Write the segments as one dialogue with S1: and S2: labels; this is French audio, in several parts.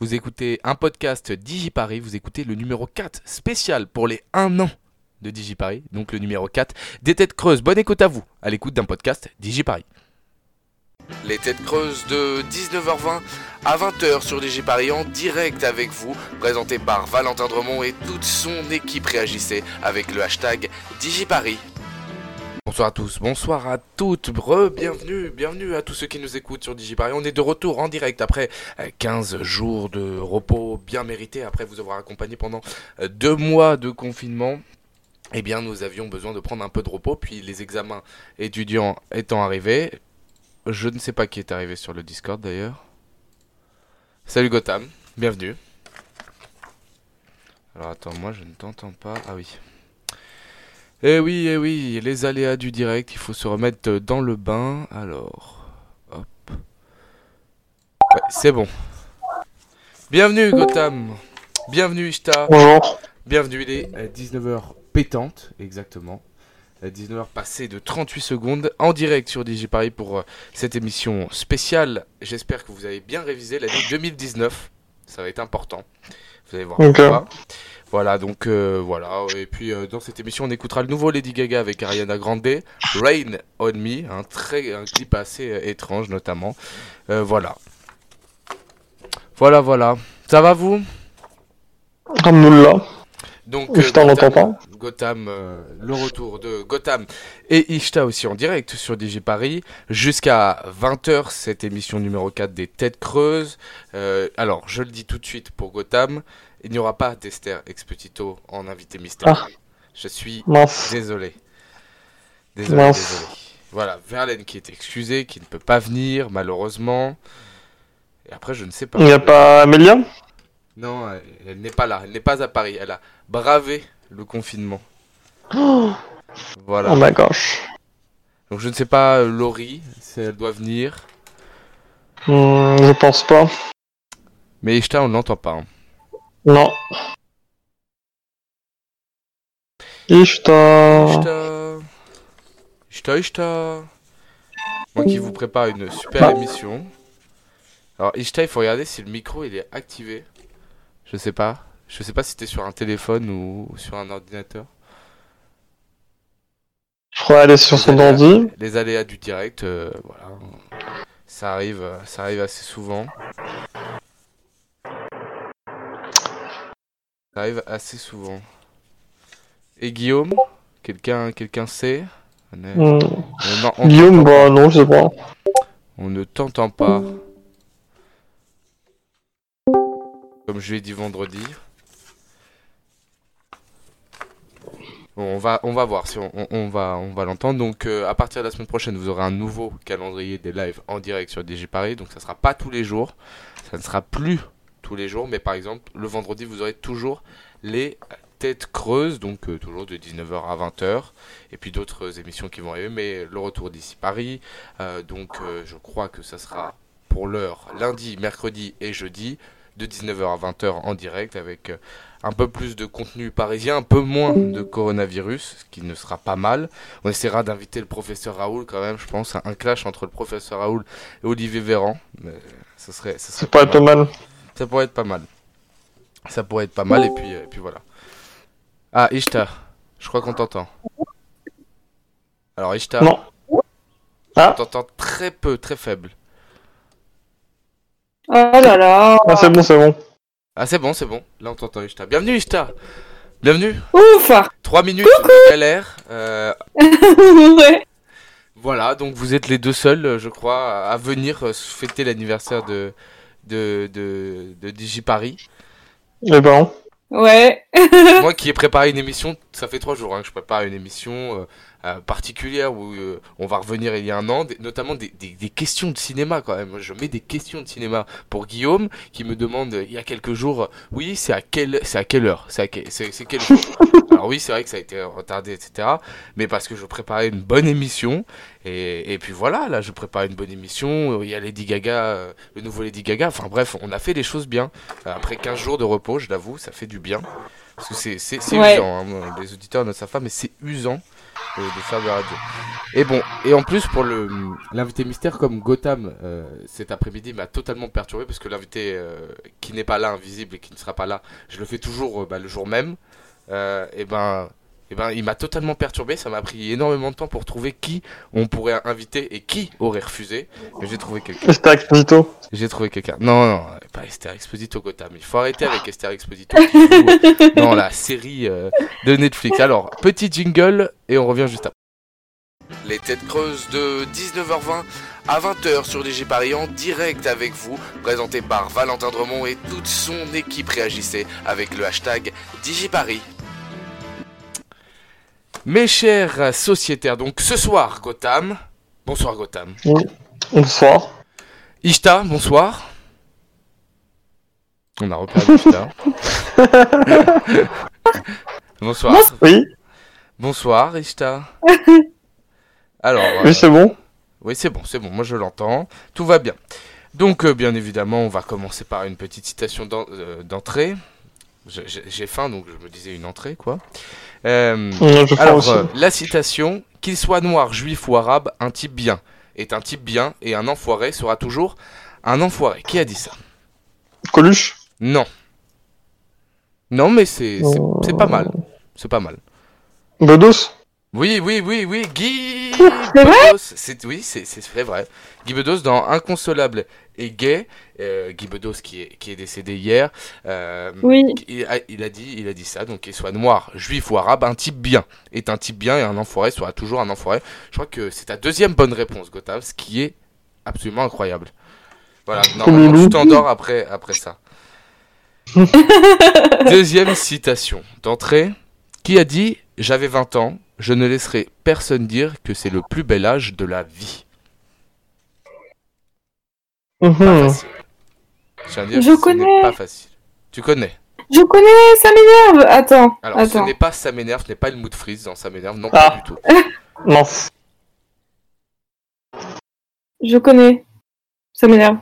S1: Vous écoutez un podcast DigiParis, vous écoutez le numéro 4 spécial pour les 1 an de DigiParis, donc le numéro 4 des Têtes Creuses. Bonne écoute à vous, à l'écoute d'un podcast DigiParis. Les Têtes Creuses de 19h20 à 20h sur DigiParis en direct avec vous, présenté par Valentin Dremont et toute son équipe. Réagissez avec le hashtag DigiParis. Bonsoir à tous, bonsoir à toutes, Re, bienvenue, bienvenue à tous ceux qui nous écoutent sur DigiParis. On est de retour en direct après euh, 15 jours de repos bien mérité, après vous avoir accompagné pendant euh, deux mois de confinement. Eh bien, nous avions besoin de prendre un peu de repos, puis les examens étudiants étant arrivés. Je ne sais pas qui est arrivé sur le Discord d'ailleurs. Salut Gotham, bienvenue. Alors attends, moi je ne t'entends pas. Ah oui. Eh oui, eh oui, les aléas du direct, il faut se remettre euh, dans le bain. Alors, hop. Ouais, c'est bon. Bienvenue, Gotham. Bienvenue, Ishtar.
S2: Bonjour.
S1: Bienvenue, il est euh, 19h pétante, exactement. Euh, 19h passée de 38 secondes en direct sur DigiParis pour euh, cette émission spéciale. J'espère que vous avez bien révisé l'année 2019. Ça va être important. Vous allez voir
S2: Ok.
S1: pourquoi. Voilà, donc euh, voilà. Et puis euh, dans cette émission, on écoutera le nouveau Lady Gaga avec Ariana Grande, Rain on Me, un, très, un clip assez euh, étrange notamment. Euh, voilà. Voilà, voilà. Ça va vous
S2: Alhamdoulilah.
S1: Donc, euh,
S2: Je t'en
S1: Gotham-
S2: entends
S1: Gotham, euh, le retour de Gotham et Ishta aussi en direct sur DG Paris. Jusqu'à 20h, cette émission numéro 4 des Têtes Creuses. Euh, alors, je le dis tout de suite pour Gotham, il n'y aura pas d'Esther Expetito en invité mystère.
S2: Ah.
S1: Je suis
S2: Mince.
S1: désolé. Désolé,
S2: Mince.
S1: désolé. Voilà, Verlaine qui est excusé, qui ne peut pas venir, malheureusement. Et après, je ne sais pas.
S2: Il n'y a pas Amélia
S1: Non, elle, elle n'est pas là, elle n'est pas à Paris, elle a bravé le confinement. Voilà.
S2: Oh ma gosh.
S1: Donc je ne sais pas, euh, Laurie, si elle doit venir.
S2: Hmm, je pense pas.
S1: Mais Ishtar, on ne l'entend pas. hein.
S2: Non. Ishtar.
S1: Ishtar. Ishtar, Ishtar. Moi qui vous prépare une super
S2: Bah.
S1: émission. Alors Ishtar, il faut regarder si le micro il est activé. Je sais pas. Je sais pas si t'es sur un téléphone ou ou sur un ordinateur.
S2: Je crois elle est sur son ordi.
S1: Les aléas du direct, euh, voilà. Ça arrive, euh, ça arrive assez souvent. Ça arrive assez souvent. Et Guillaume Quelqu'un quelqu'un sait On est-
S2: Hmm.
S1: on en- on
S2: Guillaume,
S1: t'entend-
S2: bah non, je sais pas.
S1: On ne t'entend pas. Comme je l'ai dit vendredi. Bon, on va, on va voir si on, on- on va, on va l'entendre. Donc, euh, à partir de la semaine prochaine, vous aurez un nouveau calendrier des lives en direct sur DG Paris. Donc, ça sera pas tous les jours. Ça ne sera plus tous les jours. Mais par exemple, le vendredi, vous aurez toujours les têtes creuses. Donc, euh, toujours de 19h à 20h. Et puis d'autres émissions qui vont arriver. Mais le retour d'ici Paris. Euh, donc euh, je crois que ça sera pour l'heure lundi, mercredi et jeudi de 19h à 20h en direct avec euh, un peu plus de contenu parisien, un peu moins de coronavirus, ce qui ne sera pas mal. On essaiera d'inviter le professeur Raoul quand même, je pense, un clash entre le professeur Raoul et Olivier Véran. Mais ça serait, ça serait
S2: C'est pas être mal.
S1: ça pourrait être pas mal. Ça pourrait être pas mal, et puis, euh, et puis voilà. Ah, Ishtar, je crois qu'on t'entend. Alors, Ishtar,
S2: Non. Ah.
S1: on t'entend très peu, très faible.
S3: Oh là là
S2: Ah, c'est bon, c'est bon.
S1: Ah, c'est bon, c'est bon. Là, on t'entend, Ishtar. Bienvenue, Ishtar. Bienvenue.
S3: Ouf
S1: 3 minutes de galère. Euh,
S3: Ouais.
S1: voilà, donc vous êtes les deux seuls, euh, je crois, à venir euh, fêter l'anniversaire de, de, de, de DigiParis.
S2: Eh ben,
S3: Ouais.
S1: Moi qui ai préparé une émission, ça fait trois jours hein, que je prépare une émission euh, euh, particulière où euh, on va revenir il y a un an, des- notamment des, des- des questions de cinéma quand même. Je mets des questions de cinéma pour Guillaume qui me demande euh, il y a quelques jours, euh, oui c'est à quelle c'est à quelle heure, c'est à que- c'est c'est quel jour. Alors oui c'est vrai que ça a été retardé etc. Mais parce que je préparais une bonne émission et, et puis voilà là je prépare une bonne émission. Il y a Lady Gaga, euh, le nouveau Lady Gaga. Enfin bref on a fait les choses bien. Après 15 jours de repos je l'avoue ça fait du bien. Parce que c'est c'est- c'est
S3: Ouais.
S1: usant, hein. les auditeurs ne savent pas, mais c'est usant de, de faire de la radio. Et bon, et en plus pour le l'invité mystère, comme Gotham euh, cet après-midi m'a totalement perturbé parce que l'invité euh, qui n'est pas là, invisible et qui ne sera pas là, je le fais toujours euh, bah, le jour même. euh, et ben, et ben, il m'a totalement perturbé. Ça m'a pris énormément de temps pour trouver qui on pourrait inviter et qui aurait refusé. Mais j'ai trouvé quelqu'un.
S2: Esther Exposito.
S1: J'ai trouvé quelqu'un. Non, non, pas Esther Exposito Gotham. Il faut arrêter avec Esther Exposito qui joue, euh, dans la série euh, de Netflix. Alors, petit jingle et on revient juste après. Les têtes creuses de 19h20 à 20h sur DG Paris en direct avec vous, présenté par Valentin Dremont et toute son équipe. Réagissez avec le hashtag DigiParis. Mes chers sociétaires, donc ce soir, Gotham. Bonsoir, Gotham.
S2: Bonsoir.
S1: Ishta, bonsoir. On a reperdu Ishta. bonsoir.
S2: Oui,
S1: Bonsoir Ishta. Alors, euh,
S2: oui, c'est bon.
S1: oui c'est bon, c'est bon, moi je l'entends. Tout va bien. Donc euh, bien évidemment, on va commencer par une petite citation d'en- euh, d'entrée. Je- J'ai j'ai faim, donc je me disais une entrée, quoi. Euh,
S2: Ouais, Hmm, Je crois
S1: alors,
S2: aussi.
S1: euh, la citation, qu'il soit noir, juif ou arabe, un type bien est un type bien et un enfoiré sera toujours un enfoiré. Qui a dit ça
S2: Coluche.
S1: Non. Non, mais c'est c'est-
S3: Oh.
S2: Euh.
S1: c'est pas mal. C'est pas mal.
S2: Bedos.
S1: Oui, oui, oui, oui, Guy
S3: C'est
S1: Bedos. C'est oui, c'est c'est vrai, vrai. Guy Bedos dans Inconsolable et gay. euh, Guy Bedos qui est qui est décédé hier. euh,
S3: Oui.
S1: Il a, il a dit, il a dit ça. Donc qu'il soit noir, juif ou arabe, un type bien est un type bien et un enfoiré sera toujours un enfoiré. Je crois que c'est ta deuxième bonne réponse, Gotham, ce qui est absolument incroyable. Voilà.
S3: Oh,
S1: Normalement,
S2: loulou.
S1: tu t'endors après après ça. Deuxième citation d'entrée. Qui a dit J'avais 20 ans, je ne laisserai personne dire que c'est le plus bel âge de la vie. Pas
S2: Mhm.
S1: facile. Je tiens à dire
S3: Oh. Je
S1: que ce
S3: connais.
S1: n'est pas facile. Tu connais.
S3: Je connais, ça m'énerve. Attends,
S1: Alors, ce
S3: attends.
S1: n'est pas ça m'énerve, ce n'est pas le mood freeze dans ça m'énerve, non
S2: Ah.
S1: pas du tout.
S2: Mince.
S3: Je connais. Ça m'énerve.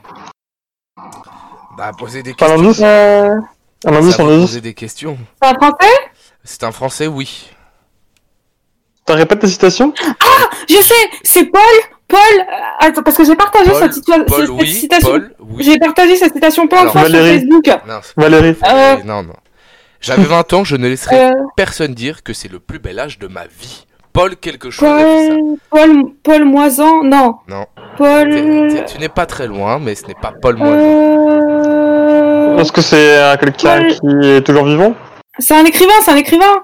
S1: Bah, poser des
S2: Un
S1: questions.
S2: indice
S3: Euh,
S2: Un
S1: Ça
S2: indice,
S1: va
S2: un indice.
S1: poser des questions.
S3: c'est un français
S1: C'est un français, oui.
S2: T'as répète ta citation
S3: Je sais, c'est Paul. Paul. euh, Attends, parce que j'ai partagé
S1: Paul,
S3: cette, situa-
S1: Paul,
S3: cette
S1: oui.
S3: citation.
S1: Paul, oui.
S3: J'ai partagé cette citation plein de
S1: Alors,
S3: fois sur
S2: Valérie.
S3: Facebook.
S1: Non, c'est-
S2: Valérie.
S3: Euh.
S1: non, non. J'avais 20 ans, je ne laisserai
S3: Euh,
S1: personne dire que c'est le plus bel âge de ma vie. Paul, quelque chose. a dit ça.
S3: Paul, Paul, Paul Moisan, non.
S1: Non.
S3: Paul.
S1: T'es- t'es- Tu n'es pas très loin, mais ce n'est pas Paul Moisan.
S3: Euh...
S2: Est-ce que c'est euh, quelqu'un
S3: Ouais.
S2: qui est toujours vivant
S3: C'est un écrivain, c'est un écrivain.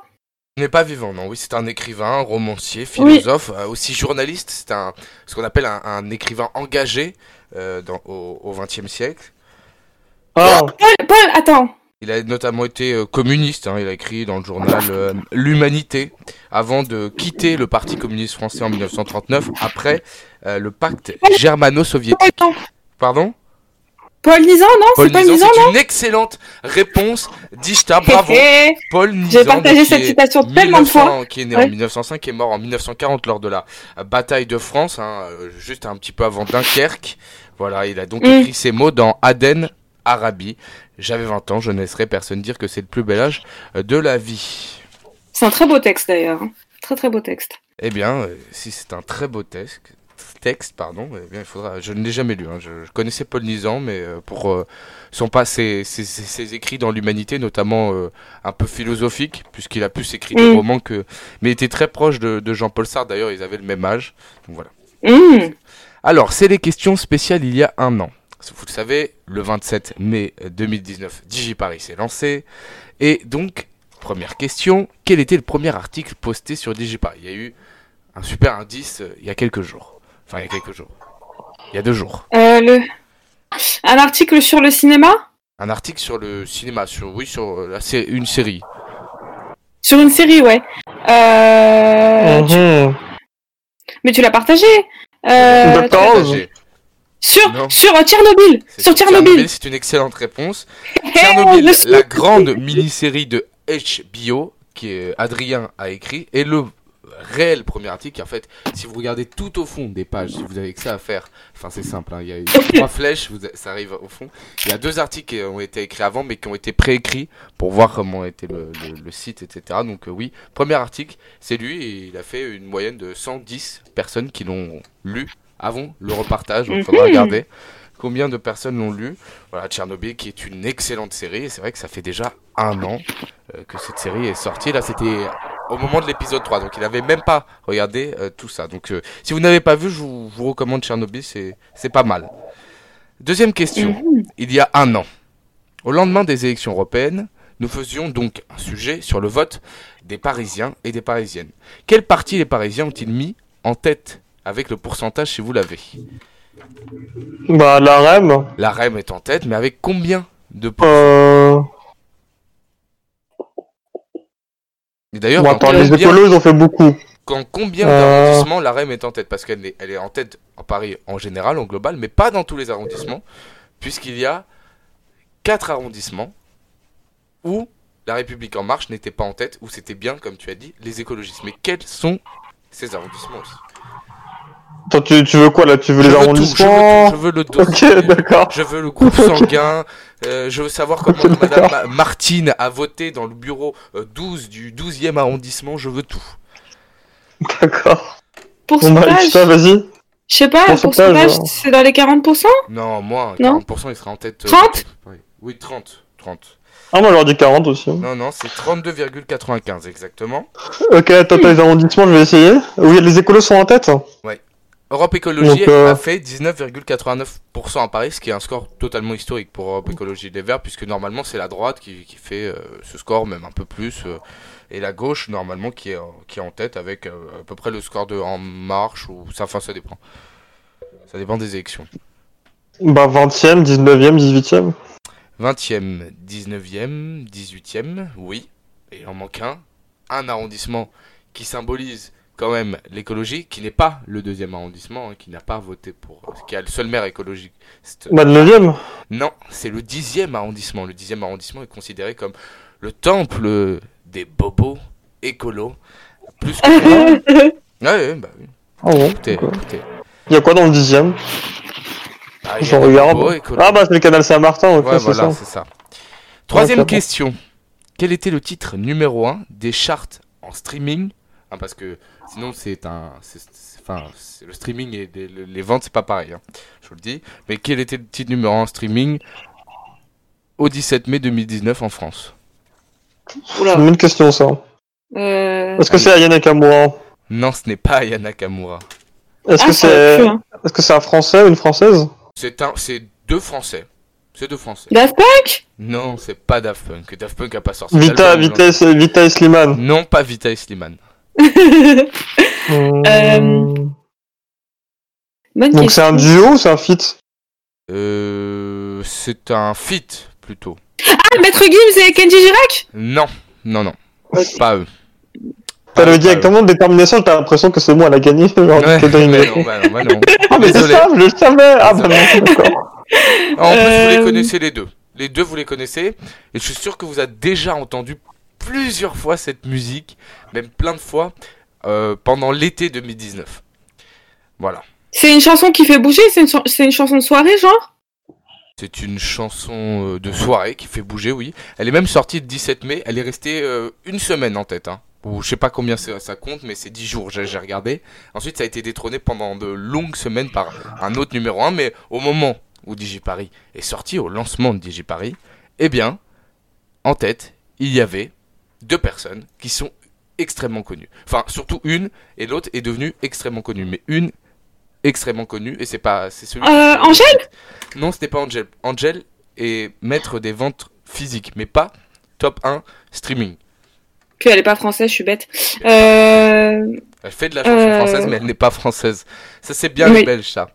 S1: Il n'est pas vivant, non. Oui, c'est un écrivain, romancier, philosophe, euh, aussi journaliste. C'est un ce qu'on appelle un, un écrivain engagé euh, dans, au au XXe siècle.
S2: Ah,
S3: Paul, Paul, attends.
S1: Il a notamment été euh, communiste. hein. Il a écrit dans le journal euh, L'Humanité avant de quitter le Parti communiste français en 1939 après euh, le pacte
S3: Paul,
S1: germano-soviétique.
S3: non.
S1: Pardon
S3: Paul Nizan, non
S1: Paul
S3: C'est Paul
S1: Nizan,
S3: Nizan,
S1: c'est une excellente réponse d'Ishta. Bravo.
S3: Hé, hé.
S1: Paul Nizan.
S3: J'ai partagé
S1: donc, qui
S3: cette
S1: est
S3: citation tellement de fois.
S1: 1900, Qui est né en
S3: Ouais.
S1: 1905, qui est mort en 1940 lors de la euh, bataille de France, hein, euh, juste un petit peu avant Dunkerque. Voilà, il a donc
S3: Mm.
S1: écrit ces mots dans Aden, Arabie. J'avais 20 ans, je ne laisserai personne dire que c'est le plus bel âge euh, de la vie.
S3: C'est un très beau texte d'ailleurs. hein. Très très beau texte.
S1: Eh bien, euh, si c'est un très beau texte, texte pardon, eh bien, il faudra. Je ne l'ai jamais lu. hein, Je, je connaissais Paul Nizan, mais euh, pour euh, son pas, ses, ses- ses- ses écrits dans l'humanité, notamment euh, un peu philosophique, puisqu'il a plus écrit des
S3: Mm.
S1: romans que. Mais il était très proche de, de Jean-Paul Sartre. D'ailleurs, ils avaient le même âge. Donc voilà.
S3: Mmh.
S1: Alors, c'est les questions spéciales il y a un an. Vous le savez, le 27 mai 2019, DigiParis s'est lancé. Et donc, première question, quel était le premier article posté sur DigiParis Il y a eu un super indice euh, il y a quelques jours. Enfin, il y a quelques jours. Il y a deux jours.
S3: Euh, le... Un article sur le cinéma
S1: Un article sur le cinéma, sur, oui, sur euh, la sé- une série.
S3: Sur une série, ouais. Euh... tu-
S2: mhm.
S3: Mais tu l'as partagé.
S2: Une
S3: Euh...
S2: docteur
S3: tu-
S2: Rose.
S1: Partagé. Bah, Non.
S3: Sur, sur euh, Tchernobyl.
S1: C'est
S3: Sur Tchernobyl.
S1: C'est une excellente réponse.
S3: Hey,
S1: Tchernobyl,
S3: je suis-
S1: la grande mini-série de HBO que Adrien a écrit et le réel premier article. En fait, si vous regardez tout au fond des pages, si vous avez que ça à faire, enfin c'est simple, hein, il y a trois flèches, vous- ça arrive au fond. Il y a deux articles qui ont été écrits avant, mais qui ont été préécrits pour voir comment était le, le- le site, etc. Donc euh, oui, premier article, c'est lui, et il a fait une moyenne de 110 personnes qui l'ont lu avant le repartage. Donc faudra
S3: Mhm.
S1: regarder combien de personnes l'ont lu. Voilà, Tchernobyl qui est une excellente série, et c'est vrai que ça fait déjà un an euh, que cette série est sortie. Là, c'était au moment de l'épisode 3, donc il n'avait même pas regardé euh, tout ça. Donc euh, si vous n'avez pas vu, je vous, vous recommande Tchernobyl, c'est c'est pas mal. Deuxième question, il y a un an, au lendemain des élections européennes, nous faisions donc un sujet sur le vote des Parisiens et des Parisiennes. Quel parti les Parisiens ont-ils mis en tête avec le pourcentage si vous l'avez
S2: Bah, la REM.
S1: La REM est en tête, mais avec combien de points
S2: Euh...
S1: Et D'ailleurs,
S2: Bon,
S1: quand
S2: attends, les
S1: combien-
S2: écolos, ils ont fait beaucoup.
S1: quand combien
S2: Euh.
S1: d'arrondissements la REM est en tête Parce qu'elle est, elle est en tête en Paris en général, en global, mais pas dans tous les arrondissements, puisqu'il y a quatre arrondissements où la République en marche n'était pas en tête, où c'était bien, comme tu as dit, les écologistes. Mais quels sont ces arrondissements aussi
S2: Attends, tu, tu veux quoi là Tu veux
S1: je
S2: les
S1: veux tout,
S2: arrondissements
S1: je veux tout, je veux le dos.
S2: Ok, d'accord.
S1: Je veux le groupe sanguin. euh, je veux savoir comment
S2: Ok,
S1: Madame
S2: d'accord.
S1: Ma- Martine a voté dans le bureau euh, 12 du 12e arrondissement. Je veux tout.
S2: D'accord. Bon, bah,
S3: Pourcentage
S2: putain, vas-y.
S3: Je sais pas,
S2: pourcentage,
S3: pourcentage,
S2: hein.
S3: c'est dans les 40%
S1: Non, moins.
S3: Non.
S1: 40%, il sera en tête. euh,
S3: 30?
S1: oui. Oui, 30. 30.
S2: Ah, moi, j'aurais dit 40 aussi.
S1: Non, non, c'est 32,95 exactement.
S2: Ok, attends, t'as les arrondissements, je vais essayer. Oui, les écolos sont en tête
S1: Europe Écologie
S2: Donc, euh,
S1: a fait 19,89% à Paris, ce qui est un score totalement historique pour Europe Écologie Les Verts, puisque normalement c'est la droite qui, qui fait euh, ce score, même un peu plus, euh, et la gauche normalement qui est, en- qui est en tête avec euh, à peu près le score de En Marche, ou ça, enfin ça dépend. Ça dépend des élections.
S2: Bah, 20ème, 19ème, 18ème.
S1: 20e, 19e, 18e, oui. Et il en manque un. Un arrondissement qui symbolise quand même l'écologie, qui n'est pas le deuxième arrondissement, hein, qui n'a pas voté pour. qui a le seul maire écologique. C'est- euh,
S2: Bah, 9ème
S1: Non, c'est le dixième arrondissement. Le dixième arrondissement est considéré comme le temple des bobos écolos. Plus que. Ouais, ouais, bah oui.
S2: Ah bon
S1: Écoutez,
S2: d'accord.
S1: écoutez.
S2: Y'a quoi dans le 10ème
S1: Ah, il y
S2: Je
S1: a des
S2: regarde.
S1: bobos écolos.
S2: Ah, bah, c'est le canal Saint-Martin, ok,
S1: Ouais,
S2: c'est
S1: voilà,
S2: ça.
S1: c'est ça. Troisième
S2: Ouais, c'est bon.
S1: question. Quel était le titre numéro 1 des charts en streaming Hein, Parce que sinon, c'est un. c'est- c'est- Enfin, c'est- le streaming et les, les ventes, c'est pas pareil. hein. je vous le dis. Mais quel était le titre numéro 1 en streaming au 17 mai 2019 en France
S2: C'est une bonne question, ça.
S3: Euh...
S2: Est-ce que c'est Ayane Nakamura
S1: Non, ce n'est pas Aya Nakamura.
S2: Est-ce
S3: Ah,
S2: que
S3: ça aurait
S2: c'est.
S3: pu, hein.
S2: Est-ce que c'est un français ou une française
S1: C'est un. C'est deux Français. C'est deux Français.
S3: Daft Punk
S1: Non, c'est pas Daft Punk. Daft Punk a pas sorti.
S2: Vita,
S1: d'album,
S2: Vita, et- Vita et Slimane.
S1: Non, pas Vita et Slimane.
S3: Euh, Bonne
S2: Hmm. Donc c'est
S3: question.
S2: un duo ou c'est un feat
S1: Euh, c'est un feat plutôt.
S3: Ah, Maître Gims et Kenji Girac
S1: Non, non, non. Pas eux.
S2: T'as
S1: Ah, Pas
S2: le
S1: eux,
S2: dit avec
S1: pas eux.
S2: tellement de détermination, j'ai l'impression que c'est moi, elle a gagné. genre,
S1: Ouais,
S2: t'es dingue.
S1: mais non, bah non, bah non.
S2: Ah mais c'est
S1: Désolé.
S2: ça, je le savais Ah bah non, d'accord.
S1: En plus, vous les
S3: Euh.
S1: connaissez les deux. Les deux, vous les connaissez. Et je suis sûr que vous avez déjà entendu plusieurs fois cette musique, même plein de fois, euh, pendant l'été 2019. Voilà.
S3: C'est une chanson qui fait bouger C'est une, chan- c'est une chanson de soirée, genre
S1: C'est une chanson euh, de soirée qui fait bouger, oui. Elle est même sortie le 17 mai. Elle est restée euh, une semaine en tête. Hein. Ou je sais pas combien ça ça compte, mais c'est 10 jours, j'ai j'ai regardé. Ensuite, ça a été détrôné pendant de longues semaines par un autre numéro 1. Mais au moment où DigiParis est sorti, au lancement de DigiParis, eh bien, en tête, il y avait deux personnes qui sont extrêmement connues. Enfin, surtout une, et l'autre est devenue extrêmement connue. Mais une extrêmement connue, et c'est pas... c'est celui
S3: Euh, Angèle
S1: non, c'était pas Angel. Angel est maître des ventes physiques, mais pas top 1 streaming.
S3: Que elle est pas française, je suis bête. Euh...
S1: Elle fait de la chanson
S3: Euh.
S1: française, mais elle n'est pas française. Ça, c'est bien les
S3: Oui.
S1: Belges, ça.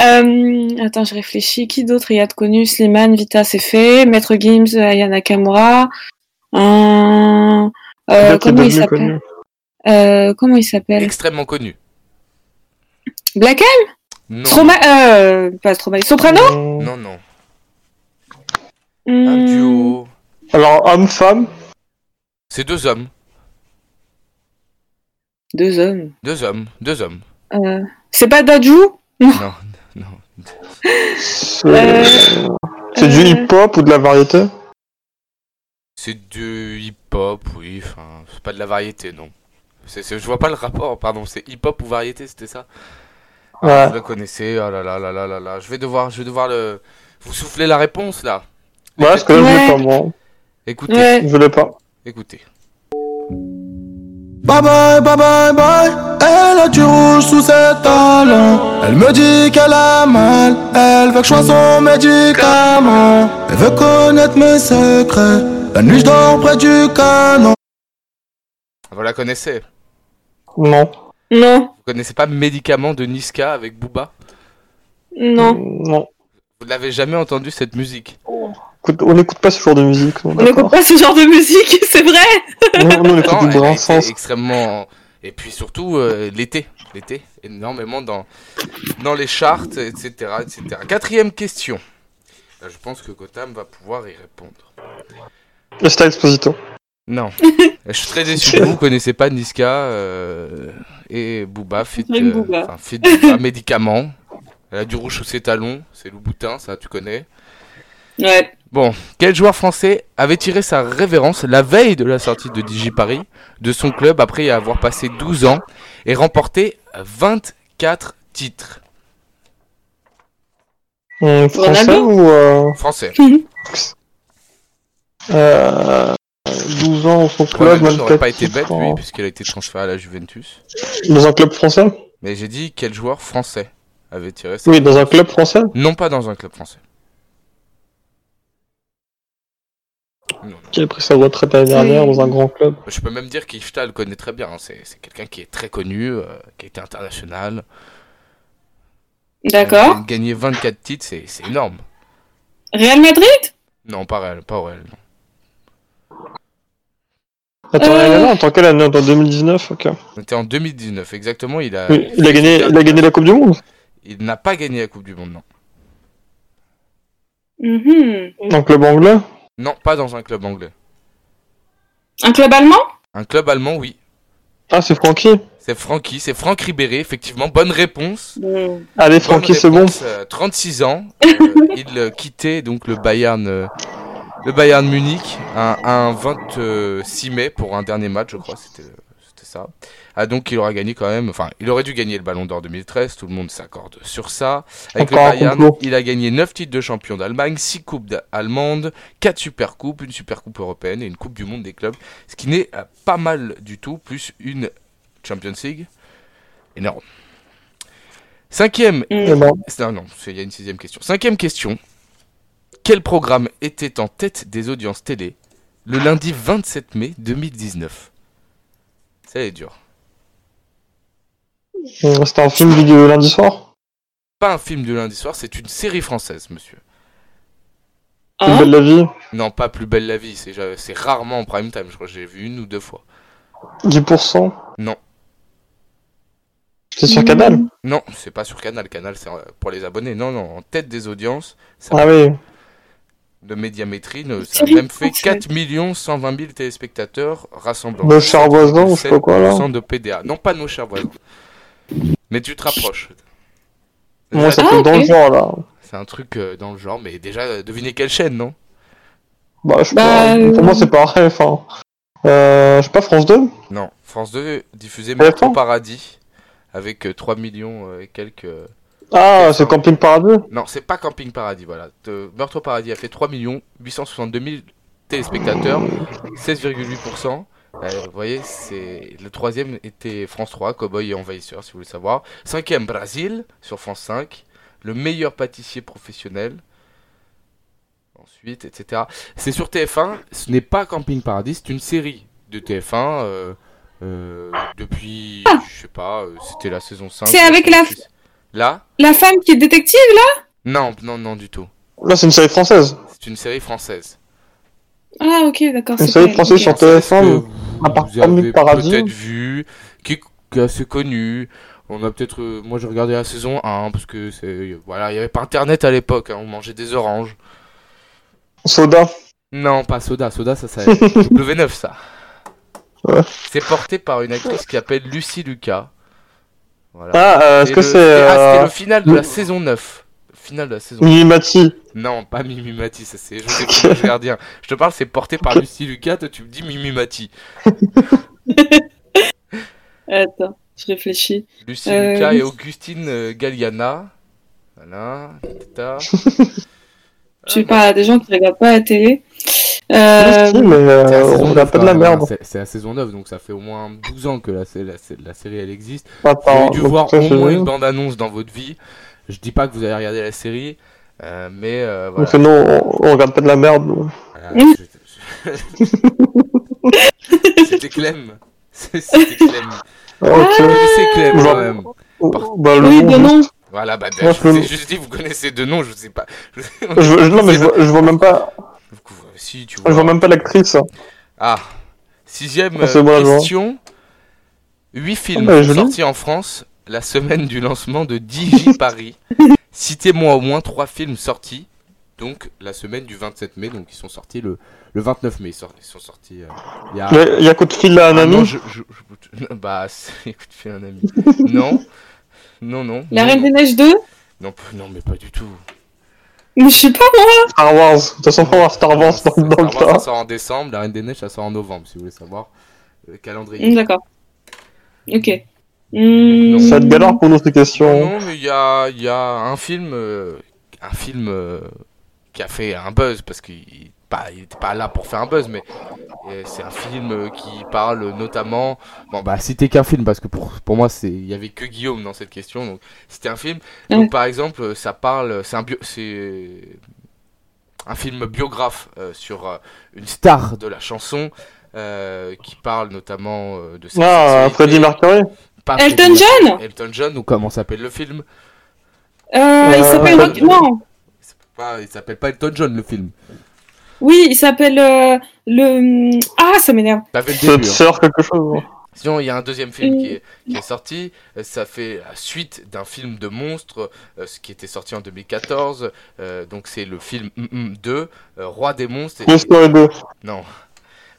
S3: Euh, attends, je réfléchis. Qui d'autre il y a de connu Slimane, Vita, c'est fait. Maître Gims, Ayana Nakamura. Euh, euh,
S2: Peut-être qu'il est
S3: comment il
S2: devenu
S3: s'appelle
S2: connu.
S3: Euh, Comment il s'appelle
S1: Extrêmement connu.
S3: Black Eyed
S1: Non.
S3: Stroma... Euh, pas Stromae. Soprano
S2: Euh,
S1: Non, non. Un
S3: Hmm,
S1: duo.
S2: Alors homme-femme
S1: C'est deux hommes.
S3: Deux hommes.
S1: Deux hommes, deux hommes.
S3: Euh, c'est pas Dajou
S1: non, non.
S2: C'est
S3: Euh,
S2: c'est du
S3: euh,
S2: hip-hop ou de la variété
S1: C'est du hip-hop, oui. Enfin, c'est pas de la variété, non. C'est, c'est- je vois pas le rapport, pardon. C'est hip-hop ou variété, c'était ça
S2: Ouais.
S1: Vous la connaissez, oh là là là là là là. Je vais devoir, je vais devoir le... Vous souffler la réponse, là.
S2: Ouais, parce que là, je
S3: Ouais.
S2: l'ai pas, moi.
S1: Écoutez,
S3: Ouais.
S2: Je l'ai pas.
S1: écoutez.
S4: Bye bye, bye bye, bye. Elle a du rouge sous ses talons. Elle me dit qu'elle a mal. Elle veut que je sois son médicament. Elle veut connaître mes secrets. La nuit, je dors près du canon.
S1: Vous la connaissez
S2: Non.
S3: Non,
S1: Vous connaissez pas Médicament de Niska avec Booba
S3: non.
S2: Non.
S1: Vous l'avez jamais entendu cette musique
S2: Écoute, On n'écoute pas ce genre de musique. non,
S3: On n'écoute
S2: d'accord.
S3: pas ce genre de musique, c'est vrai
S2: Non, nous, on écoute
S1: Pourtant,
S2: du
S1: elle a
S2: grand
S1: été
S2: sens.
S1: extrêmement. Et puis surtout euh, l'été, l'été, énormément dans dans les chartes, etc., etc. Quatrième question. Là, je pense que Gotham va pouvoir y répondre.
S2: Le style exposito.
S1: Non, je suis très déçu. Vous connaissez pas Niska euh, et Booba, fit,
S3: Même Booba.
S1: enfin, fit Booba, médicament. Elle a du rouge sous ses talons, c'est Louboutin, ça tu connais.
S3: Ouais.
S1: Bon, quel joueur français avait tiré sa révérence la veille de la sortie de Digi Paris de son club après y avoir passé 12 ans et remporté 24 titres
S2: Hum, français
S3: Ronaldo
S2: ou. Euh,
S1: français
S2: euh, 12 ans au son club,
S1: Ronaldo n'aurait
S2: 24
S1: pas été bête,
S2: titres
S1: lui,
S2: en-
S1: puisqu'il a été transféré à la Juventus.
S2: Dans un club français
S1: Mais j'ai dit quel joueur français avait tiré sa
S2: Oui, dans un club français.
S1: Non pas dans un club français. Non, non.
S2: Qui a pris sa retraite l'année dernière dans un grand club.
S1: Je peux même dire qu'Ifta le connaît très bien. hein. C'est c'est quelqu'un qui est très connu, euh, qui a été international.
S3: D'accord.
S1: Gagner 24 titres, c'est c'est énorme.
S3: Real Madrid
S1: Non, pas réel, pas réel. non.
S2: Attends,
S3: Euh.
S2: il y en a un, en tant qu'elle année, en 2019, ok.
S1: C'était en 2019, exactement. Il a,
S2: Oui, il, a gagné, il a gagné la Coupe du Monde.
S1: il n'a pas gagné la Coupe du Monde, non.
S3: Mhm.
S2: Un club anglais.
S1: Non, pas dans un club anglais.
S3: Un club allemand
S1: Un club allemand, oui.
S2: Ah, c'est Francky.
S1: C'est Francky, c'est Franck Ribéry, effectivement. Bonne réponse.
S3: Bon.
S2: Allez,
S1: Bonne
S2: Francky, c'est bon.
S1: réponse, euh, 36 ans. Euh, il euh, quittait donc le Bayern, euh, le Bayern Munich un, un 26 mai pour un dernier match, je crois. C'était, c'était ça. Ah, donc il aura gagné quand même. Enfin, il aurait dû gagner le Ballon d'Or 2013. Tout le monde s'accorde sur ça. Avec
S2: Encore un
S1: le Bayern,
S2: complot.
S1: il a gagné 9 titres de champion d'Allemagne, 6 coupes d- allemandes, 4 supercoupes, une supercoupe européenne et une coupe du monde des clubs. Ce qui n'est euh, pas mal du tout, plus une Champions League. Énorme. Cinquième
S3: Mm.
S2: Eh ben,
S1: c'est- Non, non, c'est- il y a une sixième question. Cinquième question. Quel programme était en tête des audiences télé le lundi 27 mai 2019 Ça est dur.
S2: c'était un film du lundi soir.
S1: Pas un film du lundi soir, c'est une série française, monsieur.
S2: Une
S3: Hein
S2: belle la vie.
S1: Non, pas Plus belle la vie, c'est ja- c'est rarement en prime time, je crois que j'ai vu une ou deux fois.
S2: 10%.
S1: Non.
S2: C'est sur Canal.
S1: Non, c'est pas sur Canal, Canal c'est euh, pour les abonnés. Non, non, en tête des audiences, ça
S2: Ah oui.
S1: de médiamétrie, ne- ça a
S3: Série
S1: même fait
S3: française.
S1: 4 120 000 téléspectateurs rassemblant.
S2: Nos chers voisins, je sais pas quoi, là.
S1: 7% de PDA. Non, pas nos chers voisins. Mais tu te rapproches.
S2: Moi,
S1: Déjà,
S2: ça
S3: Ah,
S2: fait dans
S3: ok.
S2: le genre, là.
S1: C'est un truc euh, dans le genre, mais déjà, euh, devinez quelle chaîne, non
S2: Bah, je sais
S3: Bah,
S2: pas.
S3: euh,
S2: Pour moi, c'est pareil. Enfin, euh, je sais pas, France 2
S1: Non, France 2 diffusait
S2: TF1.
S1: Métro Paradis avec euh, 3 millions euh, et quelques. euh,
S2: Ah,
S1: TF1.
S2: c'est Camping Paradis
S1: Non, c'est pas Camping Paradis, voilà. De- Meurtre au Paradis a fait 3 862 000 téléspectateurs, 16,8%. Euh, vous voyez, c'est le troisième était France 3, Cowboy et Envahisseur, si vous voulez savoir. Cinquième, Brésil, sur France 5. Le meilleur pâtissier professionnel. Ensuite, etc. C'est sur TF1, ce n'est pas Camping Paradis, c'est une série de TF1 euh, euh, depuis, je sais pas, euh, c'était la saison 5.
S3: Ah. C'est avec la-
S1: Là
S3: La femme qui est détective, là
S1: Non, non, non, du tout.
S2: Là, c'est une série française.
S1: C'est une série française.
S3: Ah, ok, d'accord.
S2: Une
S3: c'est
S2: série
S3: pas-
S2: française
S3: ok.
S2: sur
S1: Que
S2: TF1. à part
S1: vous
S2: Camping
S1: avez
S2: Paradis.
S1: peut-être vu, qui est qui est assez connue. On a peut-être, euh, moi j'ai regardé la saison 1 parce que c'est, voilà, il n'y avait pas internet à l'époque, hein, on mangeait des oranges.
S2: Soda.
S1: Non, pas soda, soda ça ça W9 ça.
S2: Ouais.
S1: C'est porté par une actrice qui s'appelle Lucie Lucas. Voilà.
S2: Ah, euh, est-ce
S1: Et
S2: que
S1: le-
S2: c'est.
S1: ah, c'était
S2: Euh...
S1: le final de la
S2: le- Mm.
S1: saison 9. Final de la saison
S2: Mimimati
S1: Non, pas Mimi Mati, ça c'est Je sais pas, gardien. Je te parle, c'est porté par Lucie Lucas, toi tu me dis Mimi Mati.
S3: Attends, je réfléchis.
S1: Lucie
S3: Euh,
S1: Lucas et
S3: Lucie-
S1: Augustine euh, Galliana. Voilà.
S2: Euh,
S1: tata.
S3: Je
S1: Ah,
S3: suis pas à des gens qui regardent pas la télé. Euh,
S2: Si, mais
S1: C'est la
S2: euh,
S1: saison neuf,
S2: on regarde pas de
S1: quand
S2: la
S1: même, hein.
S2: merde.
S1: C'est- C'est la saison 9, donc ça fait au moins 12 ans que la, sé- la sé- la série elle existe. Vous
S2: Attends,
S1: avez dû
S2: Ah, donc,
S1: voir
S2: ça,
S1: au
S2: je-
S1: moins une bande-annonce dans votre vie. Je dis pas que vous avez regardé la série, euh, mais euh, voilà.
S2: Parce que nous, on, on regarde pas de la merde. nous.
S1: Voilà, je- je- C'était Clem. C'est- C'était Clem.
S2: Ok.
S1: Mais c'est Clem
S2: Genre-
S1: quand même.
S2: Oh, Bah, le
S3: Ah, oui,
S2: nom,
S3: de nom.
S1: Voilà, bah,
S2: Moi,
S1: je
S2: je
S1: vous ai
S2: peux-
S1: juste dit, vous connaissez deux noms, je sais pas. Je-
S2: je, je- non, mais je vois, je vois même pas,
S1: Si, tu
S2: je
S1: vois.
S2: vois même pas l'actrice.
S1: Ah, sixième
S2: Ah, c'est
S1: euh,
S2: bon, là, je vois.
S1: question. Huit films
S2: Ah, bah, joli.
S1: sortis en France la semaine du lancement de Digi Paris. Citez-moi au moins trois films sortis, donc la semaine du 27 mai, donc ils sont sortis le, le 29 mai. Ils sont, ils sont sortis euh, il y a...
S2: Il y a coup de fil à un
S1: Ah, non,
S2: ami.
S1: je, je- je- Bah, c'est- écoute, fais un ami. non, non, non.
S3: La
S1: non,
S3: Reine
S1: non.
S3: des Neiges 2
S1: Non, p- non, mais pas du tout.
S3: Mais je sais pas.
S2: Star Wars. De toute façon, on va Star Wars dans,
S1: Ah, Star
S2: dans le
S1: Wars, ça
S2: tas.
S1: sort en décembre, La Reine des Neiges, ça sort en novembre, si vous voulez savoir. Le calendrier.
S3: Hum, D'accord. Ok.
S1: Non.
S3: Hum,
S2: Ça va être galère pour nous ces questions.
S1: Non, mais il y a, il y a un film, euh, un film euh, qui a fait un buzz, parce qu'il pas- il était pas là pour faire un buzz, mais euh, c'est un film euh, qui parle notamment... Bon, bah, c'était qu'un film, parce que pour, pour moi, c'est- il y avait que Guillaume dans cette question, donc c'était un film. Donc,
S3: Ouais.
S1: par exemple, euh, ça parle... C'est un, bio- c'est un film biographe euh, sur euh, une star de la chanson, euh, qui parle notamment euh, de sa
S2: Ah,
S1: sexualité.
S2: Freddie Mercury.
S1: Pas
S3: Elton
S1: Freddie-
S3: John
S1: Elton John, ou comment s'appelle le film
S3: Euh, Il
S2: Euh,
S3: s'appelle
S1: euh,
S3: rapidement.
S1: Il s'appelle pas- Il s'appelle pas Elton John le film.
S3: Oui, il s'appelle euh, le. Ah, ça m'énerve.
S1: T'avais le
S2: Cette
S1: début. hein.
S2: sœur quelque chose.
S1: Sinon, il y a un deuxième film qui est, qui est sorti. Euh, Ça fait la suite d'un film de monstre, euh, ce qui était sorti en 2014. Euh, donc c'est le film Mm, Mm 2, euh, Roi des monstres. et-
S2: Une story 2.
S1: Non.